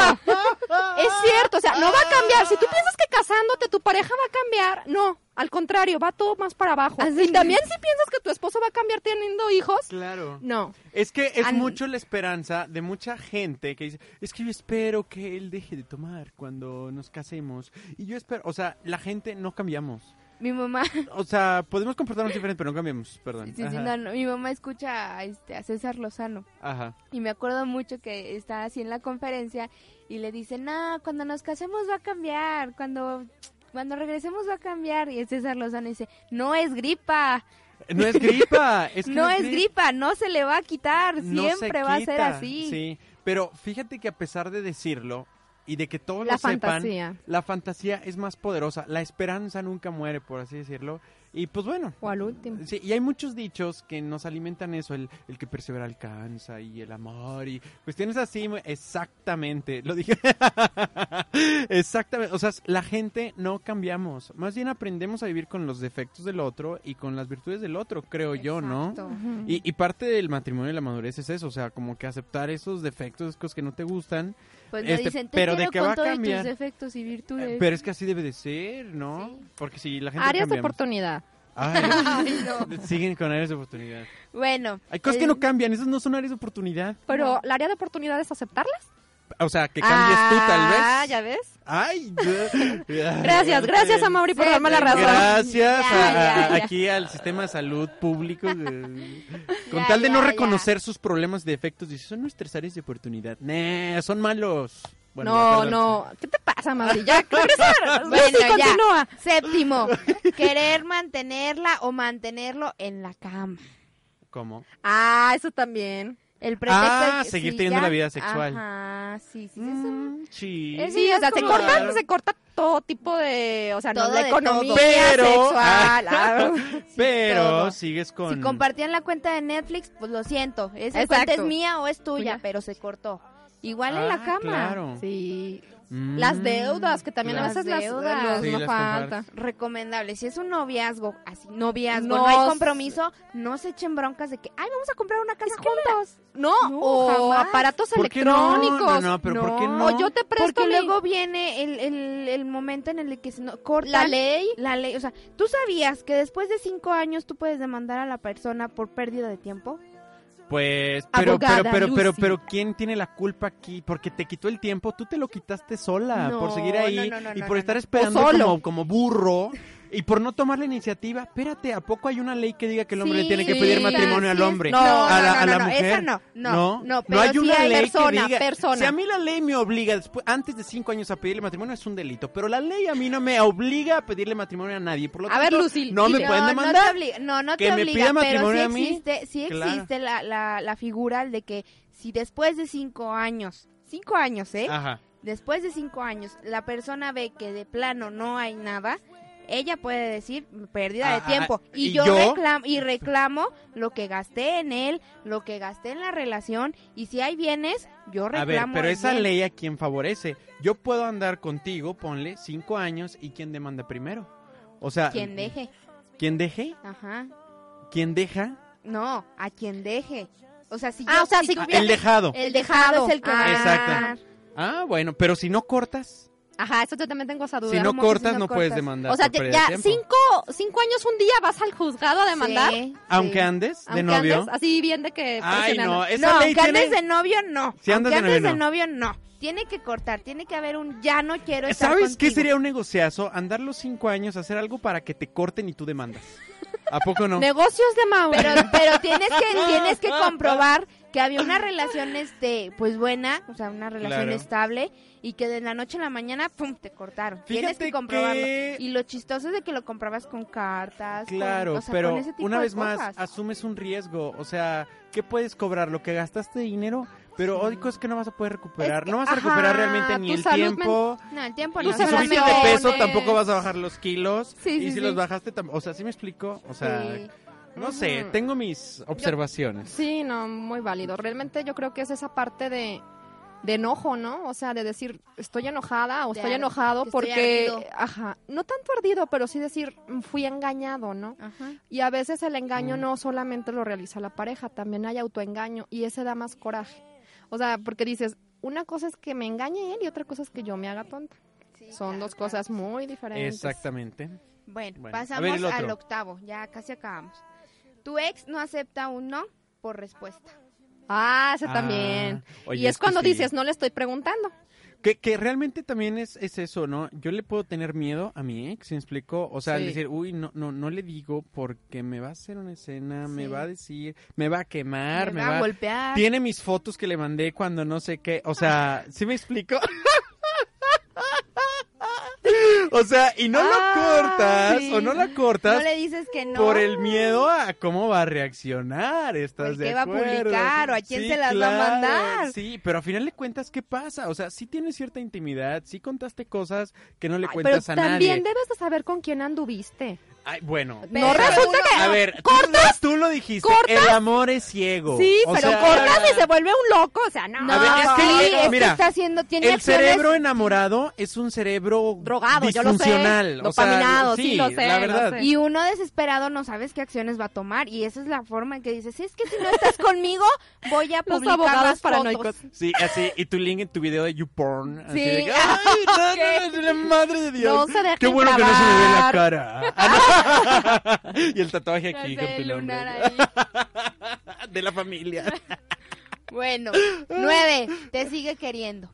[SPEAKER 4] cierto. O sea, no va a cambiar. Si tú piensas que casándote tu pareja va a cambiar, no. Al contrario, va todo más para abajo. Y también si piensas que tu esposo va a cambiar teniendo hijos,
[SPEAKER 2] Claro.
[SPEAKER 4] oh, no.
[SPEAKER 2] Es que es
[SPEAKER 4] An-
[SPEAKER 2] mucho la esperanza de mucha gente que dice, es que yo espero que él deje de tomar cuando nos casemos. Y yo espero, o sea, la gente no cambiamos.
[SPEAKER 3] Mi mamá,
[SPEAKER 2] O sea, podemos comportarnos diferente, pero no cambiamos, perdón.
[SPEAKER 3] sí, sí,
[SPEAKER 2] Ajá.
[SPEAKER 3] no, no, mi mamá escucha a, este, a César Lozano.
[SPEAKER 2] Ajá.
[SPEAKER 3] Y me acuerdo mucho que está así en la conferencia y le dicen, no, cuando nos casemos va a cambiar, cuando, cuando regresemos va a cambiar. Y el César Lozano dice, no es gripa,
[SPEAKER 2] No es gripa. Es que
[SPEAKER 3] no es gripa, no se le va a quitar,
[SPEAKER 2] no se
[SPEAKER 3] siempre va a ser
[SPEAKER 2] quita,
[SPEAKER 3] así.
[SPEAKER 2] Sí, pero fíjate que a pesar de decirlo y de que todos
[SPEAKER 4] La
[SPEAKER 2] lo sepan,
[SPEAKER 4] fantasía.
[SPEAKER 2] la fantasía es más poderosa. La esperanza nunca muere, por así decirlo. Y pues bueno,
[SPEAKER 4] O al último.
[SPEAKER 2] Sí, y hay muchos dichos que nos alimentan eso, el, el que persevera alcanza y el amor y cuestiones así, mu- exactamente, lo dije. exactamente, o sea, la gente no cambiamos, más bien aprendemos a vivir con los defectos del otro y con las virtudes del otro, creo yo, ¿no?
[SPEAKER 3] Exacto.
[SPEAKER 2] Y, y parte del matrimonio y la madurez es eso, o sea, como que aceptar esos defectos, cosas que no te gustan,
[SPEAKER 3] Pues
[SPEAKER 2] Este,
[SPEAKER 3] le dicen, te
[SPEAKER 2] pero de
[SPEAKER 3] quiero
[SPEAKER 2] que va
[SPEAKER 3] con
[SPEAKER 2] a
[SPEAKER 3] todo y tus
[SPEAKER 2] cambiar.
[SPEAKER 3] defectos y virtudes.
[SPEAKER 2] pero es que así debe de ser, ¿no? Porque si la gente
[SPEAKER 4] Áreas de
[SPEAKER 2] cambiamos-
[SPEAKER 4] oportunidad.
[SPEAKER 2] Ay,
[SPEAKER 3] Ay, no.
[SPEAKER 2] siguen con áreas de oportunidad.
[SPEAKER 3] Bueno.
[SPEAKER 2] Hay cosas
[SPEAKER 3] el-
[SPEAKER 2] que no cambian, esas no son áreas de oportunidad.
[SPEAKER 4] Pero la área de oportunidad es aceptarlas.
[SPEAKER 2] o sea, que cambies tú tal vez.
[SPEAKER 12] Ah, ya ves.
[SPEAKER 2] Ay,
[SPEAKER 12] Gracias, gracias a Mauri por darme la razón.
[SPEAKER 2] Gracias
[SPEAKER 12] Ya,
[SPEAKER 2] a-
[SPEAKER 12] ya, ya.
[SPEAKER 2] aquí al sistema de salud público. eh, Con
[SPEAKER 12] Ya,
[SPEAKER 2] tal de no
[SPEAKER 12] ya, ya.
[SPEAKER 2] reconocer sus problemas, defectos, dice, son nuestras áreas de oportunidad. Nah, son malos. Bueno, ya,
[SPEAKER 4] no,
[SPEAKER 2] perdón.
[SPEAKER 4] no. ¿Qué te pasa, Mauri? Ya, regresa.
[SPEAKER 3] Bueno,
[SPEAKER 4] Lucy,
[SPEAKER 3] ya.
[SPEAKER 4] continúa.
[SPEAKER 3] Séptimo, querer mantenerla o mantenerlo en la cama.
[SPEAKER 2] ¿Cómo?
[SPEAKER 3] Ah, eso también. El pretexto
[SPEAKER 2] Ah,
[SPEAKER 3] de que-
[SPEAKER 2] seguir
[SPEAKER 3] sí, ya.
[SPEAKER 2] teniendo una vida sexual. Mm,
[SPEAKER 4] Ajá, sí, sí.
[SPEAKER 2] Sí.
[SPEAKER 4] sí, sí, o sea, se
[SPEAKER 12] como-
[SPEAKER 4] corta, se corta todo tipo de, o sea, no,
[SPEAKER 3] Todo
[SPEAKER 4] la
[SPEAKER 3] de
[SPEAKER 4] economía
[SPEAKER 3] todo. Pero-
[SPEAKER 4] sexual.
[SPEAKER 3] ah,
[SPEAKER 2] Pero
[SPEAKER 3] todo.
[SPEAKER 2] sigues con...
[SPEAKER 3] Si compartían la cuenta de Netflix, pues lo siento. Esa
[SPEAKER 12] Exacto.
[SPEAKER 3] cuenta es mía o es tuya, pero se cortó. Igual en la
[SPEAKER 12] Ah,
[SPEAKER 3] cama.
[SPEAKER 12] claro.
[SPEAKER 3] Sí.
[SPEAKER 12] Mm. Las deudas, que también a veces las- los- Sí, no las falta. compartes.
[SPEAKER 3] Recomendable. Si es un noviazgo, así, noviazgo,
[SPEAKER 12] No
[SPEAKER 3] no, hay
[SPEAKER 12] se-
[SPEAKER 3] compromiso, no se echen broncas de que, ay, vamos a comprar una casa juntos.
[SPEAKER 4] No, o aparatos
[SPEAKER 3] ¿Por qué no?
[SPEAKER 4] electrónicos.
[SPEAKER 3] No, no, pero ¿por qué no?
[SPEAKER 4] O yo te presto
[SPEAKER 3] Porque
[SPEAKER 4] mi-
[SPEAKER 3] luego viene el, el, el momento en el que se no, cortan
[SPEAKER 4] La ley.
[SPEAKER 3] La ley. O sea, ¿tú sabías que después de cinco años tú puedes demandar a la persona por pérdida de tiempo?
[SPEAKER 2] Pues, pero, pero,
[SPEAKER 3] Abogada
[SPEAKER 2] pero, pero,
[SPEAKER 3] Lucy.
[SPEAKER 2] pero, ¿quién tiene la culpa aquí? Porque te quitó el tiempo, tú te lo quitaste sola
[SPEAKER 3] No,
[SPEAKER 2] por seguir
[SPEAKER 3] no,
[SPEAKER 2] ahí
[SPEAKER 3] no, no,
[SPEAKER 2] y
[SPEAKER 3] no,
[SPEAKER 2] por
[SPEAKER 3] no,
[SPEAKER 2] estar
[SPEAKER 3] no.
[SPEAKER 2] esperando
[SPEAKER 3] O solo.
[SPEAKER 2] como, como burro y por no tomar la iniciativa. Espérate, ¿a poco hay una ley que diga que el
[SPEAKER 3] Sí,
[SPEAKER 2] hombre le tiene que pedir
[SPEAKER 3] sí,
[SPEAKER 2] matrimonio al
[SPEAKER 3] sí,
[SPEAKER 2] hombre?
[SPEAKER 3] no,
[SPEAKER 2] a la,
[SPEAKER 3] no, no,
[SPEAKER 2] a la
[SPEAKER 3] no, no,
[SPEAKER 2] mujer.
[SPEAKER 3] esa no, no, no, pero
[SPEAKER 2] hay
[SPEAKER 3] sí
[SPEAKER 2] una
[SPEAKER 3] hay
[SPEAKER 2] ley
[SPEAKER 3] persona,
[SPEAKER 2] que diga.
[SPEAKER 3] persona.
[SPEAKER 2] Si a mí la ley me obliga después, antes de cinco años a pedirle matrimonio es un delito, pero la ley a mí no me obliga a pedirle matrimonio a nadie. Por lo
[SPEAKER 3] A ver,
[SPEAKER 2] tanto,
[SPEAKER 3] Lucil,
[SPEAKER 2] no me pueden
[SPEAKER 3] No,
[SPEAKER 2] demandar.
[SPEAKER 3] te obliga, no, no
[SPEAKER 2] Que
[SPEAKER 3] te
[SPEAKER 2] me
[SPEAKER 3] obliga,
[SPEAKER 2] pida
[SPEAKER 3] pero sí
[SPEAKER 2] matrimonio a mí,
[SPEAKER 3] existe, sí
[SPEAKER 2] claro.
[SPEAKER 3] existe la, la, la figura de que si después de cinco años, cinco años, ¿eh?
[SPEAKER 2] Ajá.
[SPEAKER 3] Después de cinco años, la persona ve que de plano no hay nada, ella puede decir pérdida de
[SPEAKER 12] Ah,
[SPEAKER 3] tiempo. Y,
[SPEAKER 12] ¿y
[SPEAKER 3] yo,
[SPEAKER 12] yo?
[SPEAKER 3] Reclamo, y reclamo lo que gasté en él, lo que gasté en la relación, y si hay bienes, yo
[SPEAKER 2] A ver,
[SPEAKER 3] reclamo.
[SPEAKER 2] pero
[SPEAKER 3] el
[SPEAKER 2] esa
[SPEAKER 3] bien.
[SPEAKER 2] ley a quien favorece. Yo puedo andar contigo, ponle cinco años y quién demanda primero. O sea,
[SPEAKER 3] Quien deje.
[SPEAKER 2] ¿quién deje?
[SPEAKER 3] Ajá.
[SPEAKER 2] ¿Quién deja?
[SPEAKER 3] No, a quien deje. O sea, si
[SPEAKER 12] Ah,
[SPEAKER 3] yo-
[SPEAKER 12] o sea, si
[SPEAKER 3] tú
[SPEAKER 12] Ah,
[SPEAKER 2] el
[SPEAKER 3] vienes-
[SPEAKER 2] dejado.
[SPEAKER 3] El dejado Ah, es el que va a ganar.
[SPEAKER 2] Exacto. Ah, bueno, pero si no cortas,
[SPEAKER 4] Ajá, eso yo también tengo esa duda.
[SPEAKER 2] Si no
[SPEAKER 4] ¿Cómo que
[SPEAKER 2] cortas, no puedes demandar
[SPEAKER 4] O sea,
[SPEAKER 2] por
[SPEAKER 4] ya,
[SPEAKER 2] pérdida de
[SPEAKER 4] ya
[SPEAKER 2] tiempo.
[SPEAKER 4] cinco, cinco años un día vas al juzgado a demandar.
[SPEAKER 3] Sí,
[SPEAKER 2] aunque andes de
[SPEAKER 4] Aunque
[SPEAKER 2] novio.
[SPEAKER 4] andes así bien de que...
[SPEAKER 2] Ay, no,
[SPEAKER 4] presionando.
[SPEAKER 2] eh. esa
[SPEAKER 3] no,
[SPEAKER 2] ley
[SPEAKER 3] que andes
[SPEAKER 2] tiene-
[SPEAKER 3] de novio, no.
[SPEAKER 2] Si andas
[SPEAKER 3] Aunque
[SPEAKER 2] de
[SPEAKER 3] andes
[SPEAKER 2] novio,
[SPEAKER 3] de novio, no. Tiene que cortar, tiene que haber un ya no quiero estar
[SPEAKER 2] ¿Sabes qué
[SPEAKER 3] contigo.
[SPEAKER 2] sería un negociazo? Andar los cinco años, hacer algo para que te corten y tú demandas. ¿A poco no?
[SPEAKER 4] Negocios de Mauro.
[SPEAKER 3] Pero, pero tienes que tienes que comprobar que había una relación este pues buena, o sea, una relación
[SPEAKER 2] Claro.
[SPEAKER 3] estable y que de la noche a la mañana pum te cortaron. tienes
[SPEAKER 2] Fíjate
[SPEAKER 3] que comprobarlo.
[SPEAKER 2] que-
[SPEAKER 3] Y lo chistoso es de que lo comprabas con cartas, con-
[SPEAKER 2] Claro,
[SPEAKER 3] o sea,
[SPEAKER 2] pero
[SPEAKER 3] con ese tipo
[SPEAKER 2] una
[SPEAKER 3] de
[SPEAKER 2] vez más,
[SPEAKER 3] cosas.
[SPEAKER 2] asumes un riesgo. O sea, ¿qué puedes cobrar? Lo que gastaste de dinero, pero hay cosas que no vas a poder recuperar. no vas a recuperar realmente ni el tiempo.
[SPEAKER 3] No, el tiempo
[SPEAKER 2] Y
[SPEAKER 3] no.
[SPEAKER 2] si subiste de
[SPEAKER 3] solamente-
[SPEAKER 2] peso, tampoco vas a bajar los kilos.
[SPEAKER 3] Sí,
[SPEAKER 2] y
[SPEAKER 3] sí,
[SPEAKER 2] si los
[SPEAKER 3] sí.
[SPEAKER 2] bajaste, tam- o sea, ¿sí me explico? O sea,
[SPEAKER 4] Sí.
[SPEAKER 2] no sé,
[SPEAKER 4] Ujú.
[SPEAKER 2] tengo mis observaciones.
[SPEAKER 4] Sí, no, muy válido. Realmente yo creo que es esa parte de, de enojo, ¿no? O sea, de decir, estoy enojada o
[SPEAKER 12] De
[SPEAKER 4] estoy
[SPEAKER 12] ar-
[SPEAKER 4] enojado
[SPEAKER 12] que estoy
[SPEAKER 4] porque...
[SPEAKER 12] ardido.
[SPEAKER 4] Ajá, no tanto ardido, pero sí decir, "Mm, fui engañado, ¿no? Y a veces el
[SPEAKER 2] Mm.
[SPEAKER 4] engaño no solamente lo realiza la pareja, también hay autoengaño y ese da más coraje. O sea, porque dices, una cosa es que me engañe él y otra cosa es que yo me haga tonta. Son dos cosas muy diferentes.
[SPEAKER 2] Exactamente.
[SPEAKER 3] Bueno,
[SPEAKER 2] Bueno, a ver,
[SPEAKER 3] pasamos
[SPEAKER 2] el otro.
[SPEAKER 3] al octavo, ya casi acabamos. Tu ex no acepta un no por respuesta.
[SPEAKER 4] Ah, ese
[SPEAKER 2] Ah,
[SPEAKER 4] también.
[SPEAKER 2] oye,
[SPEAKER 4] y es,
[SPEAKER 2] es que
[SPEAKER 4] cuando
[SPEAKER 2] sí.
[SPEAKER 4] dices, no le estoy preguntando.
[SPEAKER 2] Que, que realmente también es, es eso, ¿no? Yo le puedo tener miedo a mi ex, ¿sí ¿me explico? O sea, al
[SPEAKER 4] Sí.
[SPEAKER 2] decir, uy, no, no, no le digo porque me va a hacer una escena, me
[SPEAKER 4] Sí.
[SPEAKER 2] va a decir, me va a quemar, me,
[SPEAKER 3] Me va a golpear.
[SPEAKER 2] Tiene mis fotos que le mandé cuando no sé qué, o sea, ¿sí me explico? o sea, y no lo cortas,
[SPEAKER 3] Ah, sí.
[SPEAKER 2] o no la cortas.
[SPEAKER 3] No le dices que no.
[SPEAKER 2] Por el miedo a cómo va a reaccionar, ¿estás
[SPEAKER 3] ¿Por
[SPEAKER 2] de
[SPEAKER 3] Pues, qué va a
[SPEAKER 2] acuerdo?
[SPEAKER 3] publicar o a quién se las va a mandar?
[SPEAKER 2] Sí, pero a final de cuentas, ¿qué pasa? O sea, sí tienes cierta intimidad, sí contaste cosas que no le
[SPEAKER 4] Ay, pero
[SPEAKER 2] cuentas a
[SPEAKER 4] también
[SPEAKER 2] nadie.
[SPEAKER 4] debes de saber con quién anduviste.
[SPEAKER 2] Ay, bueno.
[SPEAKER 4] no resulta que...
[SPEAKER 2] A ver, tú, tú lo dijiste,
[SPEAKER 4] ¿Cortas?
[SPEAKER 2] el amor es ciego.
[SPEAKER 4] Sí,
[SPEAKER 2] O
[SPEAKER 4] pero
[SPEAKER 2] sea,
[SPEAKER 4] cortas y se vuelve un loco, o sea, no.
[SPEAKER 2] A ver, es que-
[SPEAKER 3] sí,
[SPEAKER 2] eh,
[SPEAKER 3] es que
[SPEAKER 2] mira,
[SPEAKER 3] está haciendo, tiene
[SPEAKER 2] El
[SPEAKER 3] acciones-
[SPEAKER 2] cerebro enamorado es un cerebro
[SPEAKER 4] Drogado, yo lo sé.
[SPEAKER 2] disfuncional. O sea,
[SPEAKER 4] Dopaminado, sí, lo sé,
[SPEAKER 2] La
[SPEAKER 4] lo
[SPEAKER 2] verdad.
[SPEAKER 3] Y uno desesperado no sabes qué acciones va a tomar y esa es la forma en que dices, es que si no estás conmigo, voy a
[SPEAKER 4] Los
[SPEAKER 3] publicar
[SPEAKER 4] abogados
[SPEAKER 3] las fotos".
[SPEAKER 4] paranoicos.
[SPEAKER 2] Sí, así, y tu link en tu video de YouPorn. así
[SPEAKER 3] Sí.
[SPEAKER 2] de que, ¡Ay, no, no, no, la madre de
[SPEAKER 4] No
[SPEAKER 2] Dios!
[SPEAKER 4] se dejen
[SPEAKER 2] ¡Qué bueno que no se me ve la
[SPEAKER 4] grabar.
[SPEAKER 2] cara! Ah, no. y el tatuaje aquí
[SPEAKER 3] Ya sé,
[SPEAKER 2] con tu
[SPEAKER 3] el
[SPEAKER 2] nombre.
[SPEAKER 3] lunar
[SPEAKER 2] de la familia.
[SPEAKER 3] Bueno, nueve, te sigue queriendo.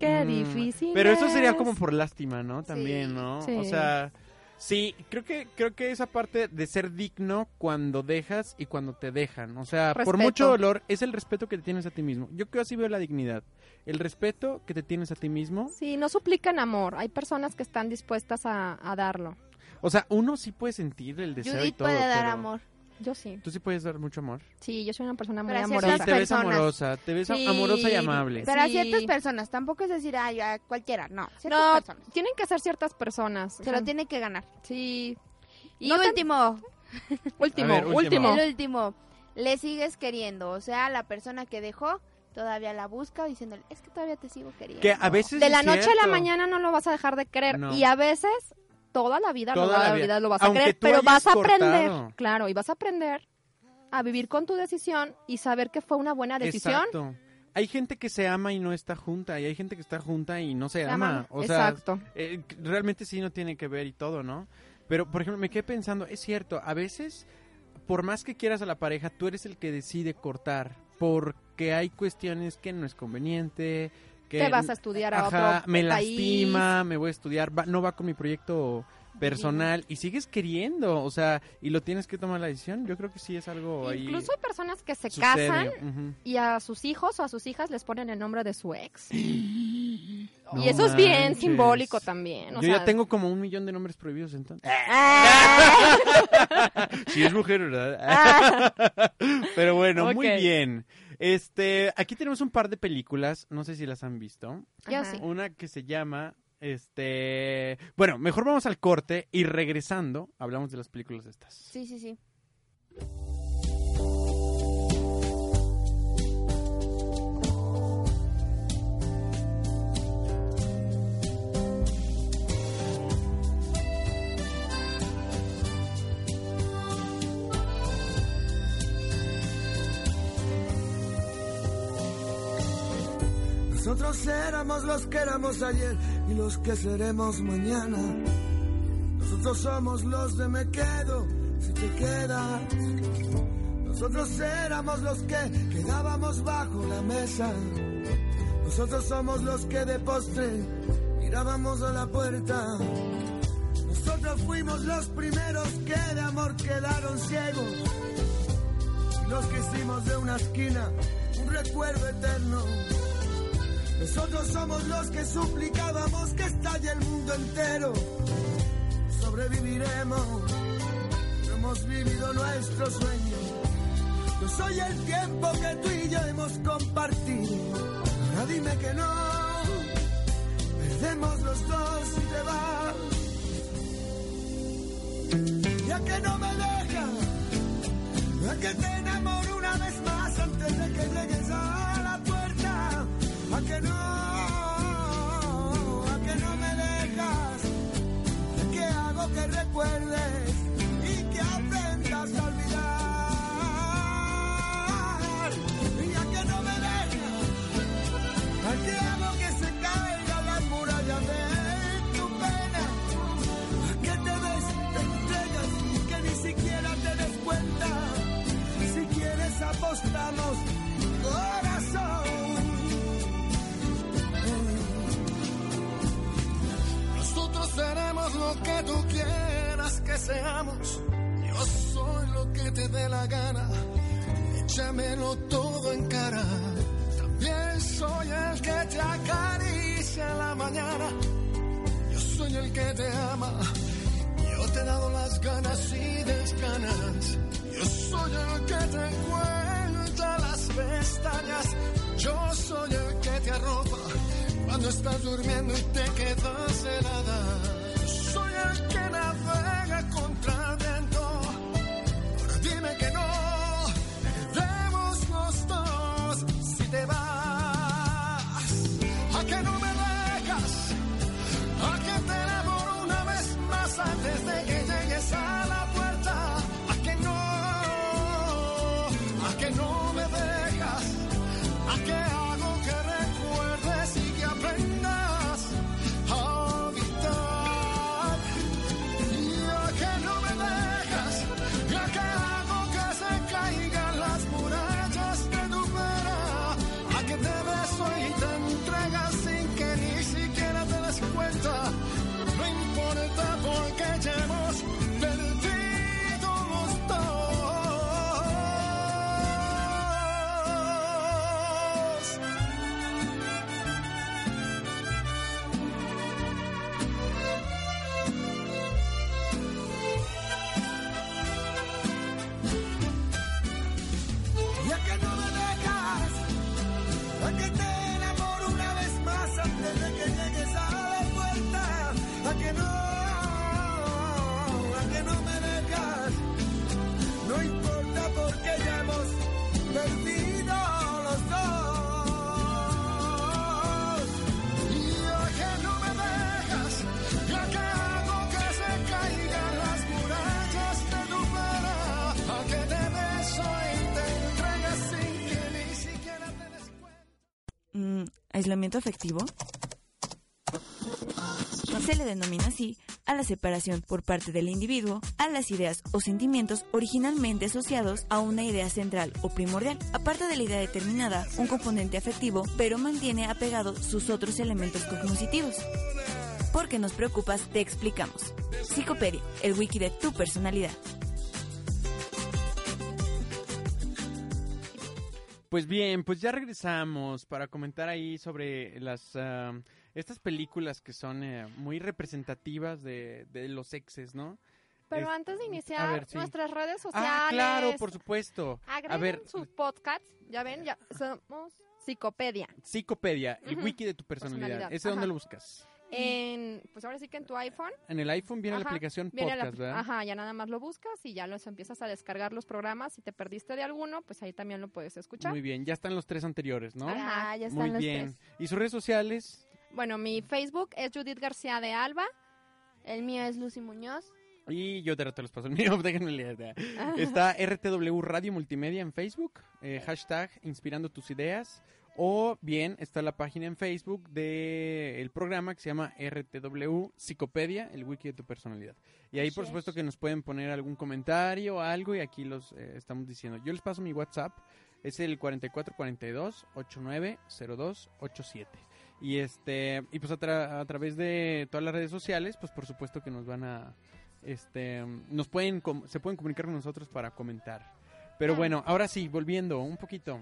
[SPEAKER 13] Qué
[SPEAKER 2] Mm,
[SPEAKER 13] difícil.
[SPEAKER 2] Pero eso sería
[SPEAKER 13] es.
[SPEAKER 2] como por lástima, ¿no? También, ¿no?
[SPEAKER 13] sí.
[SPEAKER 2] O sea, sí, creo que creo que esa parte de ser digno cuando dejas y cuando te dejan, o sea, por
[SPEAKER 6] Respeto.
[SPEAKER 2] mucho dolor es el respeto que te tienes a ti mismo. Yo creo así veo la dignidad, el respeto que te tienes a ti mismo.
[SPEAKER 4] Sí, no suplican amor. Hay personas que están dispuestas a, a darlo.
[SPEAKER 2] O sea, uno sí puede sentir el deseo y todo, pero
[SPEAKER 4] Yo sí.
[SPEAKER 2] Tú sí puedes dar mucho amor.
[SPEAKER 4] Sí, yo soy una persona muy
[SPEAKER 3] Pero a
[SPEAKER 4] amorosa.
[SPEAKER 2] Sí, te ves amorosa, te ves a-
[SPEAKER 4] Sí,
[SPEAKER 2] amorosa y amable.
[SPEAKER 3] Pero a
[SPEAKER 4] Sí.
[SPEAKER 3] ciertas personas, tampoco es decir, ay, a cualquiera, no. Ciertas
[SPEAKER 4] No,
[SPEAKER 3] personas.
[SPEAKER 4] tienen que ser ciertas personas.
[SPEAKER 3] Se lo tiene que ganar.
[SPEAKER 4] Sí.
[SPEAKER 3] Y
[SPEAKER 4] No tan-
[SPEAKER 3] último.
[SPEAKER 4] Último, ver, último. último.
[SPEAKER 3] El último. Le sigues queriendo. O sea, la persona que dejó todavía la busca diciéndole, es que todavía te sigo queriendo.
[SPEAKER 2] Que a veces
[SPEAKER 4] de
[SPEAKER 2] es
[SPEAKER 4] la noche a la
[SPEAKER 2] cierto.
[SPEAKER 4] mañana no lo vas a dejar de creer
[SPEAKER 2] No.
[SPEAKER 4] y a veces toda la vida,
[SPEAKER 2] Toda
[SPEAKER 4] toda
[SPEAKER 2] la
[SPEAKER 4] la
[SPEAKER 2] vida.
[SPEAKER 4] vida lo vas a
[SPEAKER 2] Aunque
[SPEAKER 4] creer,
[SPEAKER 2] tú
[SPEAKER 4] pero
[SPEAKER 2] hayas
[SPEAKER 4] vas a aprender,
[SPEAKER 2] cortado.
[SPEAKER 4] claro, y vas a aprender a vivir con tu decisión y saber que fue una buena decisión.
[SPEAKER 2] Exacto. Hay gente que se ama y no está junta, y hay gente que está junta y no se
[SPEAKER 4] Se
[SPEAKER 2] ama.
[SPEAKER 4] aman,
[SPEAKER 2] O sea,
[SPEAKER 4] exacto.
[SPEAKER 2] eh, realmente sí no tiene que ver y todo, ¿no? Pero, por ejemplo, me quedé pensando, es cierto, a veces, por más que quieras a la pareja, tú eres el que decide cortar, porque hay cuestiones que no es conveniente. Que
[SPEAKER 4] Te vas a estudiar a
[SPEAKER 2] Ajá,
[SPEAKER 4] otro
[SPEAKER 2] me
[SPEAKER 4] país.
[SPEAKER 2] lastima, me voy a estudiar, va- no va con mi proyecto personal y sigues queriendo, o sea, y lo tienes que tomar la decisión. Yo creo que sí es algo ahí.
[SPEAKER 4] Incluso hay personas que se
[SPEAKER 2] sucede,
[SPEAKER 4] casan
[SPEAKER 2] ujú.
[SPEAKER 4] y a sus hijos o a sus hijas les ponen el nombre de su ex.
[SPEAKER 2] No
[SPEAKER 4] y eso es bien
[SPEAKER 2] manches.
[SPEAKER 4] simbólico también. o
[SPEAKER 2] Yo ya
[SPEAKER 4] sea,
[SPEAKER 2] tengo como un millón de nombres prohibidos entonces. ¡Ah! si es mujer, ¿verdad?
[SPEAKER 4] Ah.
[SPEAKER 2] Pero bueno, muy
[SPEAKER 6] Ok.
[SPEAKER 2] bien. Este, aquí tenemos un par de películas, no sé si las han visto.
[SPEAKER 3] Yo Ajá. sí.
[SPEAKER 2] Una que se llama este, bueno, mejor vamos al corte y regresando hablamos de las películas estas.
[SPEAKER 3] Sí, sí, sí.
[SPEAKER 14] Nosotros éramos los que éramos ayer y los que seremos mañana. Nosotros somos los de me quedo si te quedas. Nosotros éramos los que quedábamos bajo la mesa. Nosotros somos los que de postre mirábamos a la puerta. Nosotros fuimos los primeros que de amor quedaron ciegos. Y los que hicimos de una esquina un recuerdo eterno. Nosotros somos los que suplicábamos que estalle el mundo entero. Sobreviviremos, no hemos vivido nuestro sueño. Yo soy el tiempo que tú y yo hemos compartido. Ahora dime que no, perdemos los dos si te vas. Ya que no me dejas, ya que te enamoro una vez más antes de que llegues a la puerta. ¿A que no? ¿A que no me dejas? ¿Qué hago que recuerdes y que aprendas a olvidar? ¿Y a que no me dejas? ¿A qué hago que se caigan las murallas de tu pena? ¿A qué te ves, te entregas y que ni siquiera te des cuenta? Si quieres apostamos, corazón.
[SPEAKER 15] Nosotros seremos lo que tú quieras que seamos. Yo soy lo que te dé la gana. Échamelo todo en cara. También soy el que te acaricia en la mañana. Yo soy el que te ama. Yo te he dado las ganas y desganas. Yo soy el que te cuenta las pestañas. Yo soy el que te arropa cuando estás durmiendo y te quedas helada. Yo soy el que navega contra el viento. Ahora dime que no, perdemos los dos si te vas. ¿A que no me dejas? A que te enamoro una vez más antes de que llegues a la puerta. A que no, a que no me dejas. A que hago que recuerdes y que aprendas a olvidar. Y a que no me dejas. Y a que hago que se caigan las murallas de tu vera. A que te beso y te entregas sin querer.
[SPEAKER 16] mm, aislamiento afectivo? Se le denomina así a la separación por parte del individuo a las ideas o sentimientos originalmente asociados a una idea central o primordial, aparte de la idea determinada, un componente afectivo, pero mantiene apegado sus otros elementos cognitivos. Porque nos preocupas, te explicamos. Psicopedia, el wiki de tu personalidad.
[SPEAKER 2] Pues bien, pues ya regresamos para comentar ahí sobre las ah, estas películas que son eh, muy representativas de, de los sexes, ¿no?
[SPEAKER 4] Pero
[SPEAKER 2] Es-
[SPEAKER 4] antes de
[SPEAKER 2] a
[SPEAKER 4] iniciar
[SPEAKER 2] ver, sí.
[SPEAKER 4] nuestras redes sociales.
[SPEAKER 2] Ah, claro, por supuesto.
[SPEAKER 4] Agreguen
[SPEAKER 2] A ver, pues
[SPEAKER 4] sus podcasts. Ya ven, ya somos Psicopedia.
[SPEAKER 2] Psicopedia, el
[SPEAKER 4] Ujú.
[SPEAKER 2] wiki de tu personalidad.
[SPEAKER 4] Personalidad,
[SPEAKER 2] ¿Ese dónde
[SPEAKER 4] ajá.
[SPEAKER 2] lo buscas?
[SPEAKER 4] En, pues ahora sí que en tu iPhone.
[SPEAKER 2] En el iPhone viene la
[SPEAKER 4] Ajá,
[SPEAKER 2] aplicación
[SPEAKER 4] viene la
[SPEAKER 2] podcast,
[SPEAKER 4] apli-
[SPEAKER 2] ¿verdad?
[SPEAKER 4] Ajá, ya nada más lo buscas y ya los empiezas a descargar los programas. Si te perdiste de alguno, pues ahí también lo puedes escuchar.
[SPEAKER 2] Muy bien, ya están los tres anteriores, ¿no?
[SPEAKER 4] Ajá, ya están
[SPEAKER 2] Ah, Muy
[SPEAKER 4] los
[SPEAKER 2] bien.
[SPEAKER 4] tres.
[SPEAKER 2] ¿Y sus redes sociales?
[SPEAKER 4] Bueno, mi Facebook es Judith García de Alba.
[SPEAKER 3] El mío es Lucy Muñoz.
[SPEAKER 2] Y yo te, te los paso el mío, déjenme leer. Está RTW Radio Multimedia en Facebook, eh, hashtag Inspirando Tus Ideas, o bien está la página en Facebook del programa que se llama RTW Psicopedia, el wiki de tu personalidad. Y ahí, por
[SPEAKER 11] Así
[SPEAKER 2] supuesto, que nos pueden poner algún comentario o algo, y aquí los eh, estamos diciendo. Yo les paso mi WhatsApp, es el 4442-890287. Y este, y pues a, tra- a través de todas las redes sociales, pues por supuesto que nos van a, este, nos pueden, com- se pueden comunicar con nosotros para comentar.
[SPEAKER 4] Ah.
[SPEAKER 2] Pero bueno, ahora sí, volviendo un poquito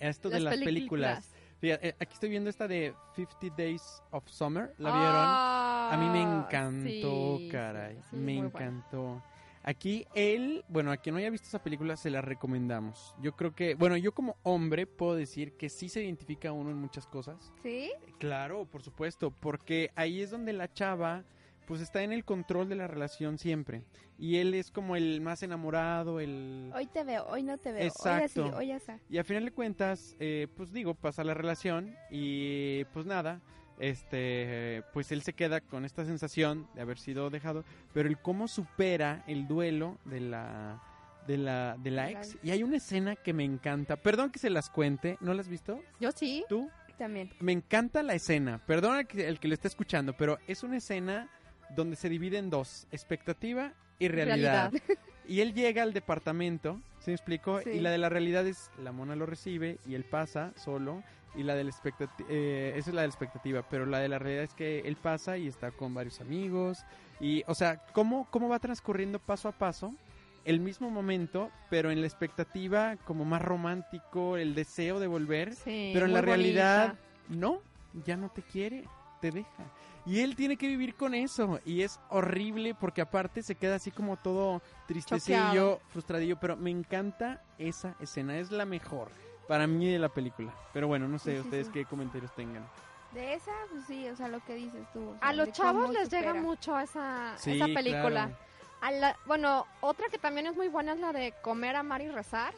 [SPEAKER 2] a esto de
[SPEAKER 4] Las
[SPEAKER 2] las películas.
[SPEAKER 4] películas.
[SPEAKER 2] Fíjate, eh, aquí estoy viendo esta de 50 Days of Summer, ¿la vieron?
[SPEAKER 4] Ah,
[SPEAKER 2] a mí me encantó,
[SPEAKER 4] sí,
[SPEAKER 2] caray,
[SPEAKER 4] sí,
[SPEAKER 2] me
[SPEAKER 4] muy buena.
[SPEAKER 2] encantó. Aquí él, bueno, a quien no haya visto esa película se la recomendamos. Yo creo que, bueno, yo como hombre puedo decir que sí se identifica uno en muchas cosas.
[SPEAKER 3] ¿Sí?
[SPEAKER 2] Claro, por supuesto, porque ahí es donde la chava pues está en el control de la relación siempre y él es como el más enamorado, el
[SPEAKER 3] Hoy te veo, hoy no te veo.
[SPEAKER 2] Exacto.
[SPEAKER 3] Hoy así, hoy así.
[SPEAKER 2] y al final de cuentas, eh, pues digo, pasa la relación y pues nada, este, pues él se queda con esta sensación de haber sido dejado, pero el cómo supera el duelo de la de la de la
[SPEAKER 3] De la
[SPEAKER 2] ex.
[SPEAKER 3] ex.
[SPEAKER 2] Y hay una escena que me encanta. Perdón que se las cuente, ¿no la has visto?
[SPEAKER 4] Yo sí.
[SPEAKER 2] ¿Tú?
[SPEAKER 3] También.
[SPEAKER 2] Me encanta la escena. Perdona el que, el que lo esté escuchando, pero es una escena donde se divide en dos, expectativa y realidad.
[SPEAKER 3] Realidad.
[SPEAKER 2] Y él llega al departamento, ¿se me explicó?
[SPEAKER 3] Sí.
[SPEAKER 2] Y la de la realidad es la mona lo recibe y él pasa solo. Y la de la expectativa, esa es la de la expectativa, pero la de la realidad es que él pasa y está con varios amigos. Y, o sea, ¿cómo, cómo va transcurriendo paso a paso? el mismo momento, pero en la expectativa como más romántico, el deseo de volver,
[SPEAKER 4] Sí,
[SPEAKER 2] pero en la
[SPEAKER 4] Eh, muy
[SPEAKER 2] realidad no, ya no te quiere, te deja. Y él tiene que vivir con eso y es horrible porque aparte se queda así como todo tristecillo,
[SPEAKER 11] Choqueado.
[SPEAKER 2] frustradillo, pero me encanta esa escena, es la mejor para mí de la película. Pero bueno, no sé
[SPEAKER 3] Sí, sí,
[SPEAKER 2] ustedes
[SPEAKER 3] sí.
[SPEAKER 2] qué comentarios tengan.
[SPEAKER 3] De esa, pues sí, o sea, lo que dices tú. o sea,
[SPEAKER 4] A los
[SPEAKER 3] de cómo
[SPEAKER 4] chavos les
[SPEAKER 3] supera.
[SPEAKER 4] llega mucho esa,
[SPEAKER 2] Sí,
[SPEAKER 4] esa película.
[SPEAKER 2] claro.
[SPEAKER 4] A la- bueno, otra que también es muy buena es la de Comer, Amar y Rezar,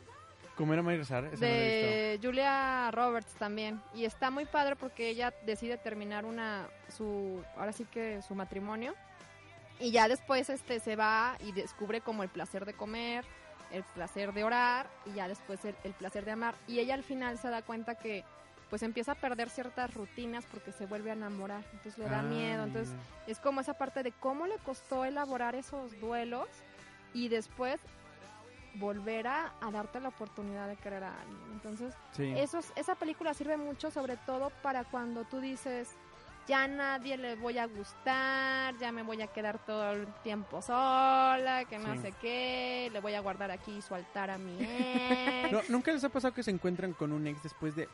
[SPEAKER 2] Comer a Mayrosar, ¿eh? esa no la he
[SPEAKER 4] de
[SPEAKER 2] visto.
[SPEAKER 4] Julia Roberts también. Y está muy padre porque ella decide terminar una su ahora sí que su matrimonio. Y ya después este se va y descubre como el placer de comer, el placer de orar y ya después el, el placer de amar. Y ella al final se da cuenta que pues empieza a perder ciertas rutinas porque se vuelve a enamorar. Entonces le da
[SPEAKER 3] Ah,
[SPEAKER 4] miedo. Entonces
[SPEAKER 3] mira.
[SPEAKER 4] es como esa parte de cómo le costó elaborar esos duelos y después volver a, a darte la oportunidad de querer a alguien. Entonces,
[SPEAKER 2] Sí.
[SPEAKER 4] eso es- esa película sirve mucho, sobre todo para cuando tú dices, ya a nadie le voy a gustar, ya me voy a quedar todo el tiempo sola, que no
[SPEAKER 2] Sí.
[SPEAKER 4] sé qué, le voy a guardar aquí su altar a mi ex.
[SPEAKER 2] No, ¿Nunca les ha pasado que se encuentran con un ex después de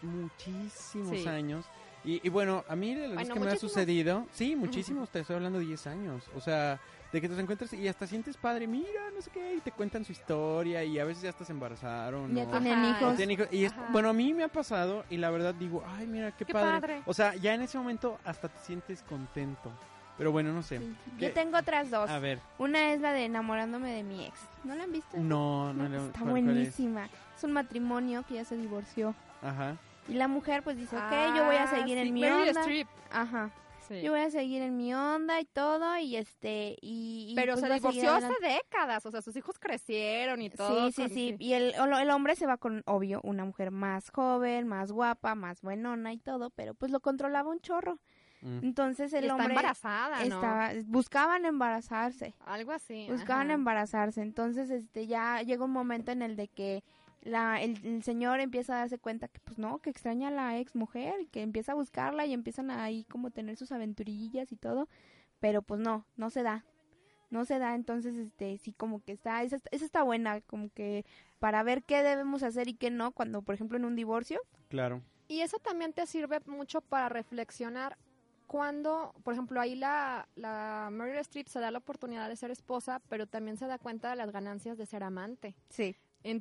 [SPEAKER 2] muchísimos
[SPEAKER 4] Sí.
[SPEAKER 2] años? Y, y bueno, a mí de las veces
[SPEAKER 4] Bueno,
[SPEAKER 2] que me ha
[SPEAKER 4] muchísimos.
[SPEAKER 2] sucedido, sí, muchísimos, te estoy hablando de 10 años. O sea, de que te encuentras y hasta sientes padre, mira, no sé qué, y te cuentan su historia y a veces ya hasta se embarazaron.
[SPEAKER 3] Ya
[SPEAKER 2] o-
[SPEAKER 3] tienen
[SPEAKER 2] o
[SPEAKER 3] hijos.
[SPEAKER 2] tienen hijos. Y es-
[SPEAKER 3] Ajá.
[SPEAKER 2] bueno, a mí me ha pasado y la verdad digo, ay, mira, qué,
[SPEAKER 3] Qué
[SPEAKER 2] padre.
[SPEAKER 3] padre.
[SPEAKER 2] O sea, ya en ese momento hasta te sientes contento. Pero bueno, no sé. ¿Qué-
[SPEAKER 3] Yo tengo otras dos.
[SPEAKER 2] A ver.
[SPEAKER 3] Una es la de enamorándome de mi ex. ¿No la han visto?
[SPEAKER 2] No, no, le-
[SPEAKER 3] Está
[SPEAKER 2] ¿cuál- cuál es?
[SPEAKER 3] buenísima. Es? un matrimonio que ya se divorció.
[SPEAKER 2] Ajá.
[SPEAKER 3] Y la mujer pues dice, ok,
[SPEAKER 4] Ah,
[SPEAKER 3] yo voy a seguir
[SPEAKER 4] sí,
[SPEAKER 3] en mi
[SPEAKER 4] Meryl
[SPEAKER 3] onda.
[SPEAKER 4] Streep.
[SPEAKER 3] Ajá. Yo voy a seguir en mi onda y todo y este y, y,
[SPEAKER 12] Pero
[SPEAKER 3] pues,
[SPEAKER 12] se
[SPEAKER 3] voy a seguir
[SPEAKER 12] divorció hace
[SPEAKER 3] adelante.
[SPEAKER 12] décadas, o sea, sus hijos crecieron y todo.
[SPEAKER 3] Sí, sí,
[SPEAKER 12] con-
[SPEAKER 3] sí. Y el, o lo- el hombre se va con, obvio, una mujer más joven, más guapa, más buenona y todo, pero pues lo controlaba un chorro. Entonces el
[SPEAKER 12] Y está
[SPEAKER 3] hombre
[SPEAKER 12] embarazada, ¿no?
[SPEAKER 3] estaba, buscaban embarazarse.
[SPEAKER 12] Algo así.
[SPEAKER 3] Buscaban
[SPEAKER 12] ajá.
[SPEAKER 3] embarazarse. Entonces, este, ya llega un momento en el de que la, el, el señor empieza a darse cuenta que, pues no, que extraña a la ex mujer, que empieza a buscarla y empiezan ahí como tener sus aventurillas y todo. Pero pues no, no se da. No se da, entonces, este, sí, como que está, esa, esa está buena, como que para ver qué debemos hacer y qué no, cuando, por ejemplo, en un divorcio.
[SPEAKER 2] Claro.
[SPEAKER 4] Y eso también te sirve mucho para reflexionar cuando, por ejemplo, ahí la, la Meryl Streep se da la oportunidad de ser esposa, pero también se da cuenta de las ganancias de ser amante.
[SPEAKER 3] Sí.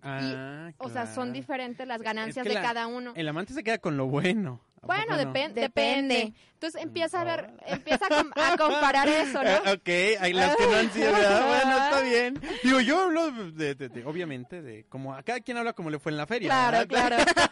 [SPEAKER 2] Ah,
[SPEAKER 4] O sea, son
[SPEAKER 2] claro.
[SPEAKER 4] diferentes las ganancias
[SPEAKER 2] Es que
[SPEAKER 4] de
[SPEAKER 2] la-
[SPEAKER 4] cada uno.
[SPEAKER 2] El amante se queda con lo bueno. ¿A
[SPEAKER 4] Bueno,
[SPEAKER 2] poco no?
[SPEAKER 4] depen- depende.
[SPEAKER 12] Entonces empieza a ver, empieza a, com- a comparar eso, ¿no?
[SPEAKER 2] Ah, ok, hay las que no han sido, ¿verdad? Bueno, está bien. Digo, yo hablo de, de- de- obviamente, de como a cada quien habla como le fue en la feria.
[SPEAKER 4] Claro,
[SPEAKER 2] ¿verdad?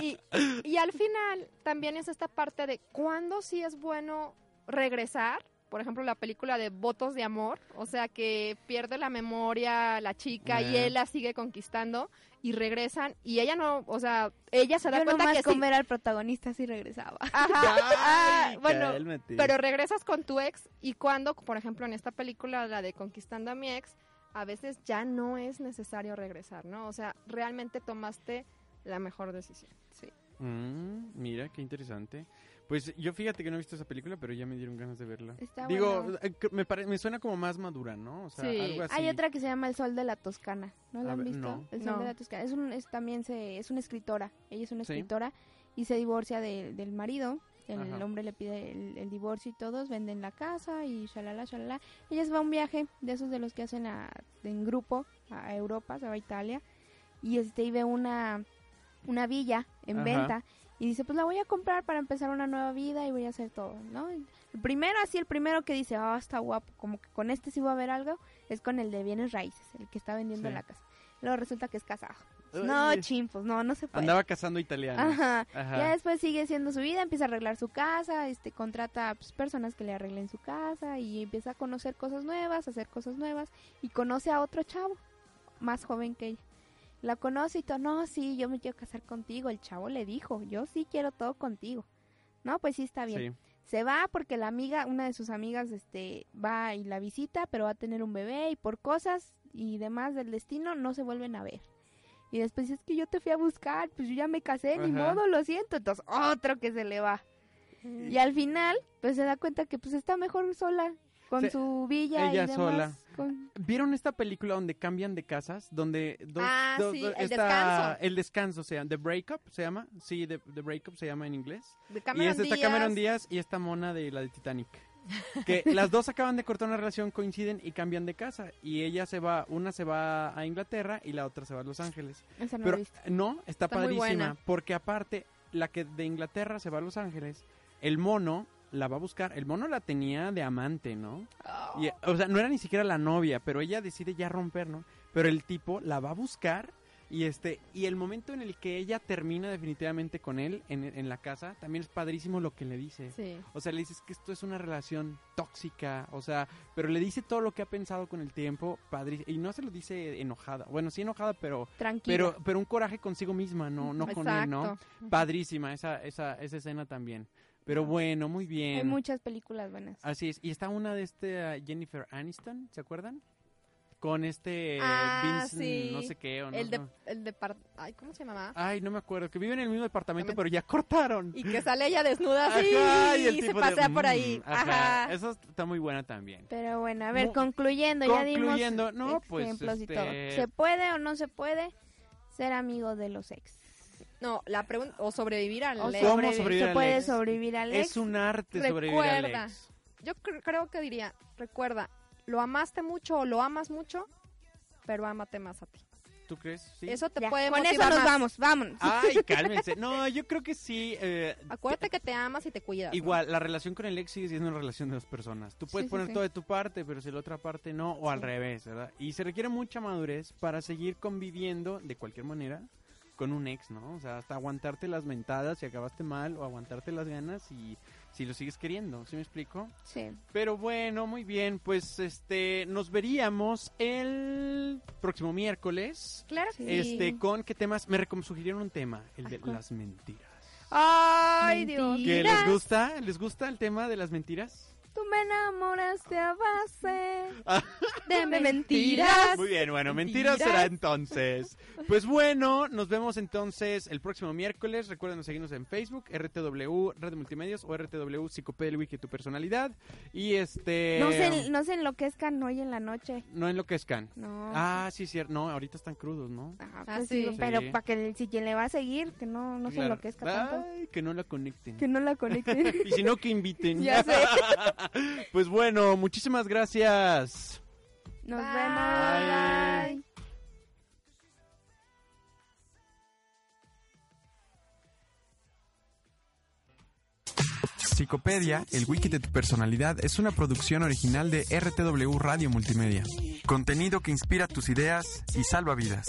[SPEAKER 4] Y, y al final también es esta parte de cuándo sí es bueno regresar. Por ejemplo, la película de Votos de Amor, o sea que pierde la memoria la chica y
[SPEAKER 3] Ah.
[SPEAKER 4] él la sigue conquistando y regresan y ella no, o sea, ella se da
[SPEAKER 3] Yo
[SPEAKER 4] cuenta
[SPEAKER 3] nomás
[SPEAKER 4] que sí.
[SPEAKER 3] con ver al protagonista sí regresaba.
[SPEAKER 4] Ajá. Ah, bueno,
[SPEAKER 2] cálmate.
[SPEAKER 4] pero regresas con tu ex y cuando, por ejemplo, en esta película, la de Conquistando a mi ex, a veces ya no es necesario regresar, ¿no? O sea, realmente tomaste la mejor decisión. Sí.
[SPEAKER 2] Mm, mira, qué interesante. Pues yo fíjate que no he visto esa película, pero ya me dieron ganas de verla.
[SPEAKER 3] Está
[SPEAKER 2] Digo,
[SPEAKER 3] buena.
[SPEAKER 2] eh, que me, pare- me suena como más madura, ¿no? O sea, algo así.
[SPEAKER 3] Hay otra que se llama El Sol de la Toscana. ¿No la
[SPEAKER 2] A
[SPEAKER 3] han
[SPEAKER 2] ver,
[SPEAKER 3] visto?
[SPEAKER 2] no.
[SPEAKER 3] El Sol
[SPEAKER 2] No.
[SPEAKER 3] de la Toscana. Es un, es, también se, es una escritora. Ella es una
[SPEAKER 2] Sí.
[SPEAKER 3] escritora y se divorcia de- del marido. El
[SPEAKER 12] Ajá.
[SPEAKER 3] hombre le pide el, el divorcio y todos venden la casa y shalala, shalala. Ella se va a un viaje de esos de los que hacen a- en grupo a Europa, se va a Italia. Y este y ve una, una villa en
[SPEAKER 12] Ajá.
[SPEAKER 3] venta y dice, pues la voy a comprar para empezar una nueva vida y voy a hacer todo, ¿no? El primero, así el primero que dice, ah, está guapo, como que con este sí va a haber algo, es con el de bienes raíces, el que está vendiendo
[SPEAKER 2] Sí.
[SPEAKER 3] la casa. Luego resulta que es casado. No,
[SPEAKER 2] Ay.
[SPEAKER 3] chimpos, no, no se
[SPEAKER 4] pues.
[SPEAKER 3] puede.
[SPEAKER 2] Andaba cazando italiano.
[SPEAKER 3] Ajá. Ya después sigue haciendo su vida, empieza a arreglar su casa, este contrata pues, personas que le arreglen su casa y empieza a conocer cosas nuevas, a hacer cosas nuevas y conoce a otro chavo más joven que ella. La conoce y todo, no, sí, yo me quiero casar contigo. El chavo le dijo, yo sí quiero todo contigo. No, pues sí está bien. Se va porque la amiga, una de sus amigas, este, va y la visita, pero va a tener un bebé y por cosas y demás del destino no se vuelven a ver. Y después es que yo te fui a buscar, pues yo ya me casé, ni
[SPEAKER 12] Ajá.
[SPEAKER 3] modo, lo siento. Entonces, otro que se le va. Y al final, pues se da cuenta que pues está mejor sola, con
[SPEAKER 2] Se-
[SPEAKER 3] su villa y
[SPEAKER 2] ella
[SPEAKER 3] demás.
[SPEAKER 2] sola.
[SPEAKER 3] con-
[SPEAKER 2] ¿Vieron esta película donde cambian de casas? Donde dos-
[SPEAKER 3] Ah,
[SPEAKER 2] dos-
[SPEAKER 3] sí,
[SPEAKER 2] dos-
[SPEAKER 3] El Descanso.
[SPEAKER 2] El descanso, o sea, The Breakup se llama. Sí, The, The Breakup se llama en inglés.
[SPEAKER 12] De Cameron
[SPEAKER 2] y esta está
[SPEAKER 12] Díaz.
[SPEAKER 2] Cameron Díaz y esta mona de la de Titanic. Que las dos acaban de cortar una relación, coinciden y cambian de casa. Y ella se va, una se va a Inglaterra y la otra se va a Los Ángeles.
[SPEAKER 3] Esa no la
[SPEAKER 2] Pero
[SPEAKER 3] he visto.
[SPEAKER 2] no, está,
[SPEAKER 3] Está muy
[SPEAKER 2] padrísima.
[SPEAKER 3] buena.
[SPEAKER 2] Porque aparte, la que de Inglaterra se va a Los Ángeles, el mono la va a buscar. El mono la tenía de amante, ¿no?
[SPEAKER 3] Oh.
[SPEAKER 2] Y, o sea, no era ni siquiera la novia, pero ella decide ya romper, ¿no? Pero el tipo la va a buscar y este y el momento en el que ella termina definitivamente con él en, en la casa, también es padrísimo lo que le dice.
[SPEAKER 12] Sí.
[SPEAKER 2] O sea, le dices que esto es una relación tóxica, o sea, pero le dice todo lo que ha pensado con el tiempo, padrísimo. Y no se lo dice enojada. Bueno, sí enojada, pero...
[SPEAKER 3] Tranquila.
[SPEAKER 2] Pero, pero un coraje consigo misma, no, no con él, ¿no?
[SPEAKER 3] Exacto.
[SPEAKER 2] Padrísima esa, esa, esa escena también. Pero bueno, muy bien.
[SPEAKER 3] Hay muchas películas buenas.
[SPEAKER 2] Así es. Y está una de este ah, Jennifer Aniston, ¿se acuerdan? Con este
[SPEAKER 4] Ah,
[SPEAKER 2] Vince,
[SPEAKER 4] sí.
[SPEAKER 2] no sé qué o no.
[SPEAKER 4] El de,
[SPEAKER 2] no.
[SPEAKER 4] el de par- Ay, ¿cómo se llamaba?
[SPEAKER 2] Ay, no me acuerdo, que viven en el mismo departamento, pero ya cortaron.
[SPEAKER 4] Y que sale ella desnuda así
[SPEAKER 2] Ajá, el
[SPEAKER 4] y se
[SPEAKER 2] tipo de,
[SPEAKER 4] pasea por
[SPEAKER 2] mm,
[SPEAKER 4] ahí. Ajá.
[SPEAKER 2] Eso está muy buena también.
[SPEAKER 3] Pero bueno, a ver,
[SPEAKER 2] Mu-
[SPEAKER 3] concluyendo,
[SPEAKER 2] concluyendo,
[SPEAKER 3] ya dimos
[SPEAKER 2] no, pues,
[SPEAKER 3] ejemplos
[SPEAKER 2] este-
[SPEAKER 3] y todo. ¿Se puede o no se puede ser amigo de los ex?
[SPEAKER 4] No, la pregunta, o sobrevivir al
[SPEAKER 3] O
[SPEAKER 4] ex.
[SPEAKER 2] ¿Cómo sobrevivir,
[SPEAKER 3] se
[SPEAKER 2] al
[SPEAKER 3] puede
[SPEAKER 2] ex?
[SPEAKER 3] sobrevivir al
[SPEAKER 2] Es
[SPEAKER 3] ex.
[SPEAKER 2] un arte sobrevivir al
[SPEAKER 4] Recuerda,
[SPEAKER 2] ex.
[SPEAKER 4] yo cr- creo que diría, recuerda, lo amaste mucho o lo amas mucho, pero ámate más a ti.
[SPEAKER 2] ¿Tú crees? Sí.
[SPEAKER 4] Eso te
[SPEAKER 3] Ya,
[SPEAKER 4] puede
[SPEAKER 3] con eso
[SPEAKER 4] motivar
[SPEAKER 3] nos
[SPEAKER 4] más.
[SPEAKER 3] vamos, vámonos.
[SPEAKER 2] Ay, cálmense. No, yo creo que sí. eh,
[SPEAKER 4] Acuérdate que te amas y te cuidas. ¿no?
[SPEAKER 2] Igual, la relación con el ex sigue siendo una relación de dos personas. Tú puedes
[SPEAKER 4] Sí, sí,
[SPEAKER 2] poner
[SPEAKER 4] sí.
[SPEAKER 2] todo de tu parte, pero si la otra parte no, o al revés, ¿verdad? Y se requiere mucha madurez para seguir conviviendo de cualquier manera con un ex, ¿no? O sea, hasta aguantarte las mentadas si acabaste mal o aguantarte las ganas y si lo sigues queriendo, ¿sí me explico?
[SPEAKER 3] Sí.
[SPEAKER 2] Pero bueno, muy bien, pues este nos veríamos el próximo miércoles.
[SPEAKER 3] Claro que sí.
[SPEAKER 2] Este con qué temas me recom- sugirieron un tema, el de las mentiras.
[SPEAKER 3] Ay, Dios.
[SPEAKER 2] ¿Que les gusta? ¿Les gusta el tema de las mentiras?
[SPEAKER 3] Tú me enamoraste a base de
[SPEAKER 2] Ah. Muy bien, bueno, mentiras, será entonces. Pues bueno, nos vemos entonces el próximo miércoles. Recuerden seguirnos en Facebook, RTW Red Multimedios o RTW Psicopedia del Wiki, tu personalidad. Y este...
[SPEAKER 3] No se, no se enloquezcan hoy en la noche.
[SPEAKER 2] no enloquezcan.
[SPEAKER 3] No.
[SPEAKER 2] Ah, sí, cierto. No, ahorita están crudos, ¿no?
[SPEAKER 3] Ah,
[SPEAKER 12] Ah,
[SPEAKER 3] pues
[SPEAKER 12] sí.
[SPEAKER 3] digo, Pero
[SPEAKER 2] Sí.
[SPEAKER 3] para que si quien le va a seguir, que no, no se
[SPEAKER 2] Claro.
[SPEAKER 3] enloquezca tanto.
[SPEAKER 2] Ay, que no la conecten.
[SPEAKER 3] Que no la conecten.
[SPEAKER 2] y si no, que inviten.
[SPEAKER 3] Ya sé.
[SPEAKER 2] pues bueno, muchísimas gracias.
[SPEAKER 3] Nos vemos. Bye.
[SPEAKER 11] Psicopedia, el wiki de tu personalidad, es una producción original de RTW Radio Multimedia. Contenido que inspira tus ideas y salva vidas.